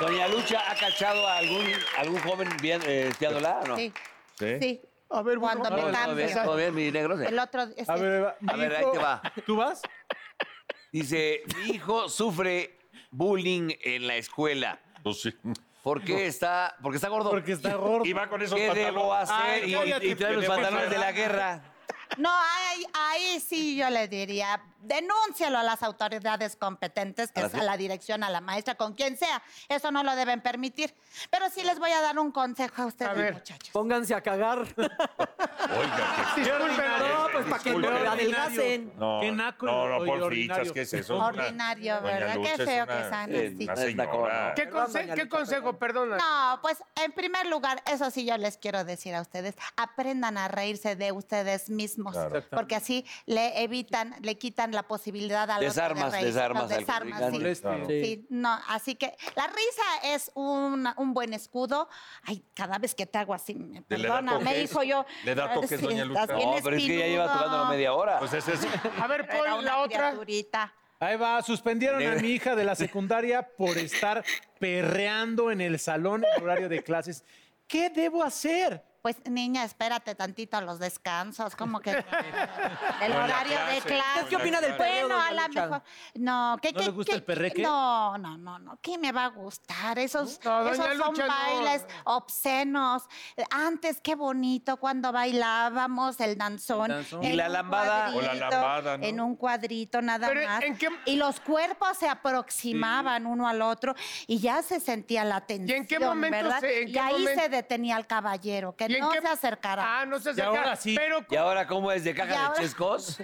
Speaker 4: Doña Lucha ha cachado a algún, algún joven bien eh, espiándola, ¿o no?
Speaker 9: Sí,
Speaker 2: ¿Sí?
Speaker 9: sí.
Speaker 1: A ver, bueno,
Speaker 9: Cuando
Speaker 4: No,
Speaker 9: me
Speaker 4: todo bien,
Speaker 9: cambio.
Speaker 4: todo bien, mi negro.
Speaker 9: El otro este, es
Speaker 7: A ver, Eva,
Speaker 4: A ver, ahí te va.
Speaker 7: ¿tú vas?
Speaker 4: Dice, mi hijo sufre bullying en la escuela.
Speaker 2: Pues sí.
Speaker 4: ¿Por qué está? Porque está gordo.
Speaker 7: Porque está gordo.
Speaker 2: Y va con esos
Speaker 4: ¿Qué debo
Speaker 2: pantalones.
Speaker 4: hacer?
Speaker 7: Ay,
Speaker 4: Y-
Speaker 7: cállate,
Speaker 4: y, trae los
Speaker 2: pendejo,
Speaker 4: pantalones de la
Speaker 2: ¿verdad?
Speaker 4: guerra.
Speaker 9: No, ahí, ahí sí yo le diría, denúncialo a las autoridades competentes, que
Speaker 4: ¿A la
Speaker 9: es a
Speaker 4: ¿Ah, sí?
Speaker 9: la dirección, a la maestra, con quien sea. Eso no lo deben permitir. Pero sí les voy a dar un consejo a ustedes,
Speaker 3: A ver.
Speaker 9: muchachos.
Speaker 6: Pónganse a cagar.
Speaker 2: Oiga, qué-
Speaker 6: No, pues para que
Speaker 2: Disculpe.
Speaker 6: adelgacen.
Speaker 2: No,
Speaker 7: Qué naco
Speaker 2: no, no,
Speaker 7: y
Speaker 2: por
Speaker 7: ordinario.
Speaker 2: fichas, ¿qué es eso?
Speaker 9: Ordinario,
Speaker 2: Doña
Speaker 9: ¿verdad?
Speaker 2: Lucha
Speaker 9: Qué
Speaker 2: es
Speaker 9: feo
Speaker 2: una-
Speaker 9: que sean
Speaker 4: eh,
Speaker 9: así.
Speaker 2: Una
Speaker 4: Sí.
Speaker 2: señora.
Speaker 3: ¿Qué,
Speaker 6: Perdón,
Speaker 3: conse-
Speaker 6: doña
Speaker 3: qué
Speaker 6: Lucha,
Speaker 3: consejo, perdona?
Speaker 9: No, pues en primer lugar, eso sí yo les quiero decir a ustedes, aprendan a reírse de ustedes mismos,
Speaker 2: Claro.
Speaker 9: porque así le evitan, le quitan la posibilidad a los
Speaker 4: Desarmas, desarmas al
Speaker 9: desarmas, sí.
Speaker 4: contrincante.
Speaker 2: Claro.
Speaker 6: Sí.
Speaker 9: Sí, no, así que la risa es una- un buen escudo. Ay, cada vez que te hago así, me
Speaker 2: Le da
Speaker 9: perdona, me
Speaker 2: toques.
Speaker 9: dijo yo.
Speaker 2: Le da toques,
Speaker 9: sí,
Speaker 2: doña Lucha.
Speaker 9: estás bien
Speaker 4: No, pero es que ya lleva
Speaker 9: espinudo.
Speaker 4: tocando media hora.
Speaker 2: Pues ese es.
Speaker 3: A ver,
Speaker 9: Era
Speaker 3: pon
Speaker 9: una
Speaker 3: la otra.
Speaker 9: criaturita.
Speaker 7: Ahí va, suspendieron a
Speaker 4: Negro.
Speaker 7: mi hija de la secundaria por estar perreando en el salón en horario de clases. ¿Qué debo hacer?
Speaker 9: Pues niña, espérate tantito a los descansos, como que el horario de clase.
Speaker 6: ¿Qué opina del perreo,
Speaker 9: Bueno,
Speaker 6: doña
Speaker 9: a lo
Speaker 6: Lucha?
Speaker 9: mejor. No, ¿qué,
Speaker 7: ¿No
Speaker 9: qué-
Speaker 7: le gusta
Speaker 9: qué-
Speaker 7: el perreque?
Speaker 9: No, no, no, no. ¿Qué me va a gustar? Esos,
Speaker 3: No, doña
Speaker 9: esos son
Speaker 3: Lucha, no.
Speaker 9: bailes obscenos. Antes, qué bonito cuando bailábamos el danzón.
Speaker 7: danzón.
Speaker 9: en
Speaker 4: Y la
Speaker 9: un
Speaker 4: lambada.
Speaker 2: O la
Speaker 9: cuadrito,
Speaker 2: lambada, ¿no?
Speaker 9: En un cuadrito nada
Speaker 3: Pero,
Speaker 9: más.
Speaker 3: ¿en qué-
Speaker 9: Y los cuerpos se aproximaban uno al otro y ya se sentía la tensión.
Speaker 3: ¿Y en qué momento
Speaker 9: ¿verdad?
Speaker 3: se- en
Speaker 9: y
Speaker 3: qué
Speaker 9: ahí
Speaker 3: momento-
Speaker 9: se detenía al caballero, que
Speaker 3: ¿Y en
Speaker 9: no
Speaker 3: qué-
Speaker 9: se acercara.
Speaker 3: Ah, no se
Speaker 7: Y
Speaker 3: acerca.
Speaker 7: ahora sí.
Speaker 3: Pero,
Speaker 4: ¿Y ahora cómo es? ¿De
Speaker 9: Y
Speaker 4: caja de
Speaker 9: ahora-
Speaker 4: chescos?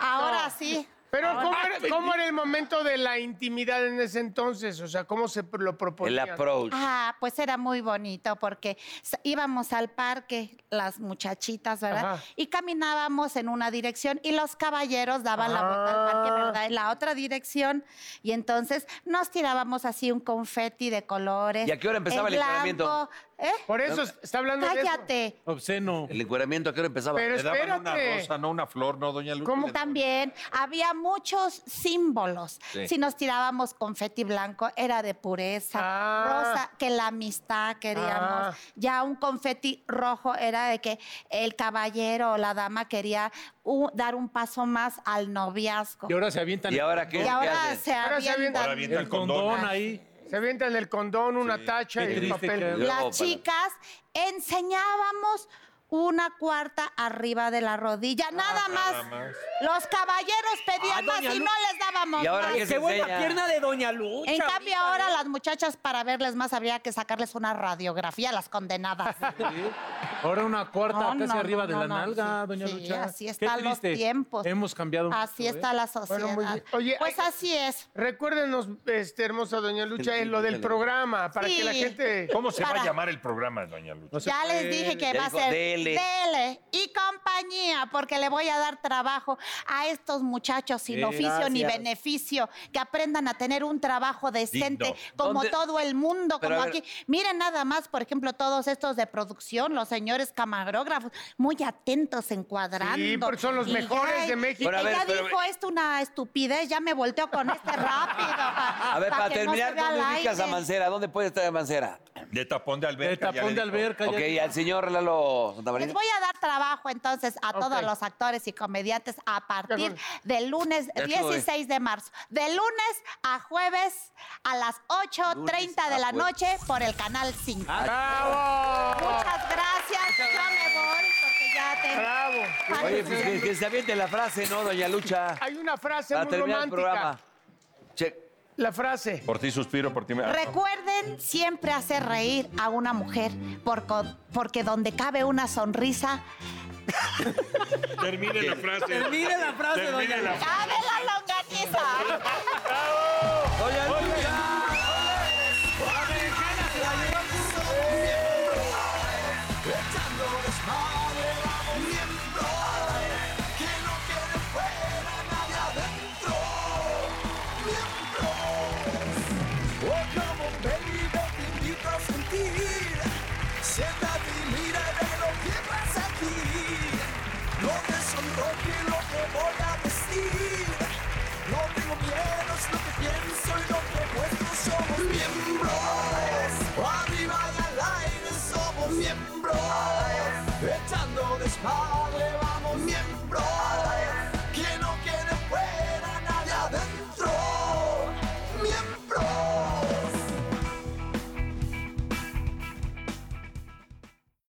Speaker 9: Ahora sí.
Speaker 3: pero ¿cómo, era, cómo era el momento de la intimidad en ese entonces? O sea, ¿cómo se lo
Speaker 4: El
Speaker 3: proponía?
Speaker 4: approach.
Speaker 9: Ah, pues era muy bonito porque s- íbamos al parque, las muchachitas, ¿verdad?
Speaker 3: Ajá.
Speaker 9: Y caminábamos en una dirección y los caballeros daban la vuelta al
Speaker 3: Ah.
Speaker 9: parque, ¿verdad? En la otra dirección. Y entonces nos tirábamos así un confeti de colores.
Speaker 4: ¿Y a qué hora empezaba
Speaker 9: en
Speaker 4: el entrenamiento?
Speaker 9: blanco. ¿Eh?
Speaker 3: Por eso está hablando de eso.
Speaker 9: Cállate.
Speaker 7: Obsceno.
Speaker 4: ¿El encueramiento a qué hora empezaba?
Speaker 3: Pero
Speaker 2: Le daban una
Speaker 3: espérate.
Speaker 2: rosa, no una flor, no, doña Lucha.
Speaker 3: ¿Cómo?
Speaker 2: Le daban-
Speaker 9: También había muchos símbolos.
Speaker 4: Sí.
Speaker 9: Si nos tirábamos confeti blanco, era de pureza.
Speaker 3: Ah.
Speaker 9: Rosa, que la amistad queríamos.
Speaker 3: Ah.
Speaker 9: Ya un confeti rojo era de que el caballero o la dama quería u- dar un paso más al noviazgo.
Speaker 7: Y ahora se avientan
Speaker 4: ¿Y ahora qué?
Speaker 9: Y
Speaker 4: qué
Speaker 9: ahora
Speaker 4: haces?
Speaker 9: Ah, se
Speaker 3: Ahora se avienta-
Speaker 2: Ahora
Speaker 9: avientan
Speaker 2: avienta
Speaker 7: el condón ahí.
Speaker 3: Se avientan el condón, una tacha
Speaker 7: Qué
Speaker 3: y el
Speaker 7: triste que-
Speaker 3: papel.
Speaker 4: Luego, para-
Speaker 9: las chicas enseñábamos una cuarta arriba de la rodilla. Nada, más.
Speaker 2: más.
Speaker 9: Los caballeros pedían
Speaker 6: Ay,
Speaker 9: más
Speaker 6: doña
Speaker 9: y
Speaker 6: Lu-
Speaker 9: no les dábamos
Speaker 4: ¿Y ahora
Speaker 9: más.
Speaker 4: qué se
Speaker 6: Qué buena
Speaker 4: enseña?
Speaker 6: pierna de Doña Lucha.
Speaker 9: En cambio,
Speaker 6: ahorita,
Speaker 9: ahora
Speaker 6: ¿no?
Speaker 9: las muchachas, para verles más, habría que sacarles una radiografía a las condenadas.
Speaker 7: Ahora una cuarta
Speaker 9: No,
Speaker 7: casi
Speaker 9: no,
Speaker 7: arriba
Speaker 9: no,
Speaker 7: de
Speaker 9: no,
Speaker 7: la
Speaker 9: no,
Speaker 7: nalga,
Speaker 9: sí,
Speaker 7: doña
Speaker 9: sí,
Speaker 7: Lucha.
Speaker 9: así
Speaker 7: Qué
Speaker 9: están los
Speaker 7: triste.
Speaker 9: tiempos.
Speaker 7: Hemos cambiado mucho,
Speaker 9: Así
Speaker 7: ¿eh?
Speaker 9: está la
Speaker 3: Bueno,
Speaker 9: sociedad.
Speaker 3: muy bien. Oye,
Speaker 9: pues
Speaker 3: hay-
Speaker 9: así es.
Speaker 3: Recuérdenos, este, hermosa doña Lucha, eh, lo del programa, para que la
Speaker 9: Sí.
Speaker 3: gente...
Speaker 2: ¿Cómo se va
Speaker 9: Para.
Speaker 2: a llamar el programa, doña Lucha?
Speaker 9: Ya les dije que
Speaker 4: Ya
Speaker 9: va a
Speaker 4: dijo,
Speaker 9: ser
Speaker 4: dele.
Speaker 9: dele y compañía, porque le voy a dar trabajo a estos muchachos sin
Speaker 7: Sí,
Speaker 9: oficio ni
Speaker 7: gracias.
Speaker 9: beneficio, que aprendan a tener un trabajo decente
Speaker 2: Digno.
Speaker 9: como
Speaker 4: ¿Dónde-
Speaker 9: todo el mundo,
Speaker 4: Pero a
Speaker 9: como
Speaker 4: ver-
Speaker 9: aquí. Miren nada más, por ejemplo, todos estos de producción, los señores camarógrafos, muy atentos encuadrando.
Speaker 3: Sí, porque son los
Speaker 9: Y
Speaker 3: mejores
Speaker 9: ay,
Speaker 3: de México.
Speaker 4: Bueno, a ver,
Speaker 9: ella
Speaker 4: pero-
Speaker 9: dijo esto una estupidez, ya me volteó con este rápido. pa-
Speaker 4: A ver,
Speaker 9: pa
Speaker 4: para
Speaker 9: que no se
Speaker 4: terminar,
Speaker 9: vea
Speaker 4: ¿dónde
Speaker 9: al
Speaker 4: ubicas a
Speaker 9: aire.
Speaker 4: Mancera? ¿Dónde puede estar Mancera?
Speaker 2: De tapón de alberca.
Speaker 7: De
Speaker 2: ya le
Speaker 7: tapón de
Speaker 2: dijo.
Speaker 7: alberca. ya
Speaker 4: Ok,
Speaker 7: dijo.
Speaker 4: y al señor Lalo Santa
Speaker 9: Les
Speaker 4: Marina.
Speaker 9: voy a dar trabajo entonces a todos
Speaker 3: Ok.
Speaker 9: los actores y comediantes a partir del lunes
Speaker 4: Ya estuve.
Speaker 9: 16 de marzo. De lunes a jueves a las 8.30
Speaker 4: Lunes
Speaker 9: de
Speaker 4: a
Speaker 9: la
Speaker 4: jueves. Ah,
Speaker 9: noche por el canal 5. Muchas gracias. Yo me voy porque ya tengo.
Speaker 3: Bravo.
Speaker 4: Oye, pues que,
Speaker 9: este-
Speaker 4: que se aviente la frase, ¿no, doña Lucha?
Speaker 3: Hay una frase
Speaker 4: Para
Speaker 3: muy
Speaker 4: terminar el
Speaker 3: romántica.
Speaker 4: programa. Che,
Speaker 3: La frase.
Speaker 2: Por ti suspiro, por ti me...
Speaker 9: Recuerden siempre hacer reír a una mujer porco- porque donde cabe una sonrisa,
Speaker 2: Termine la frase.
Speaker 6: Termine la frase, doña
Speaker 2: Termine la frase.
Speaker 9: cabe la longaniza.
Speaker 4: doña Lucha.
Speaker 10: Echando desmadre, vamos miembros.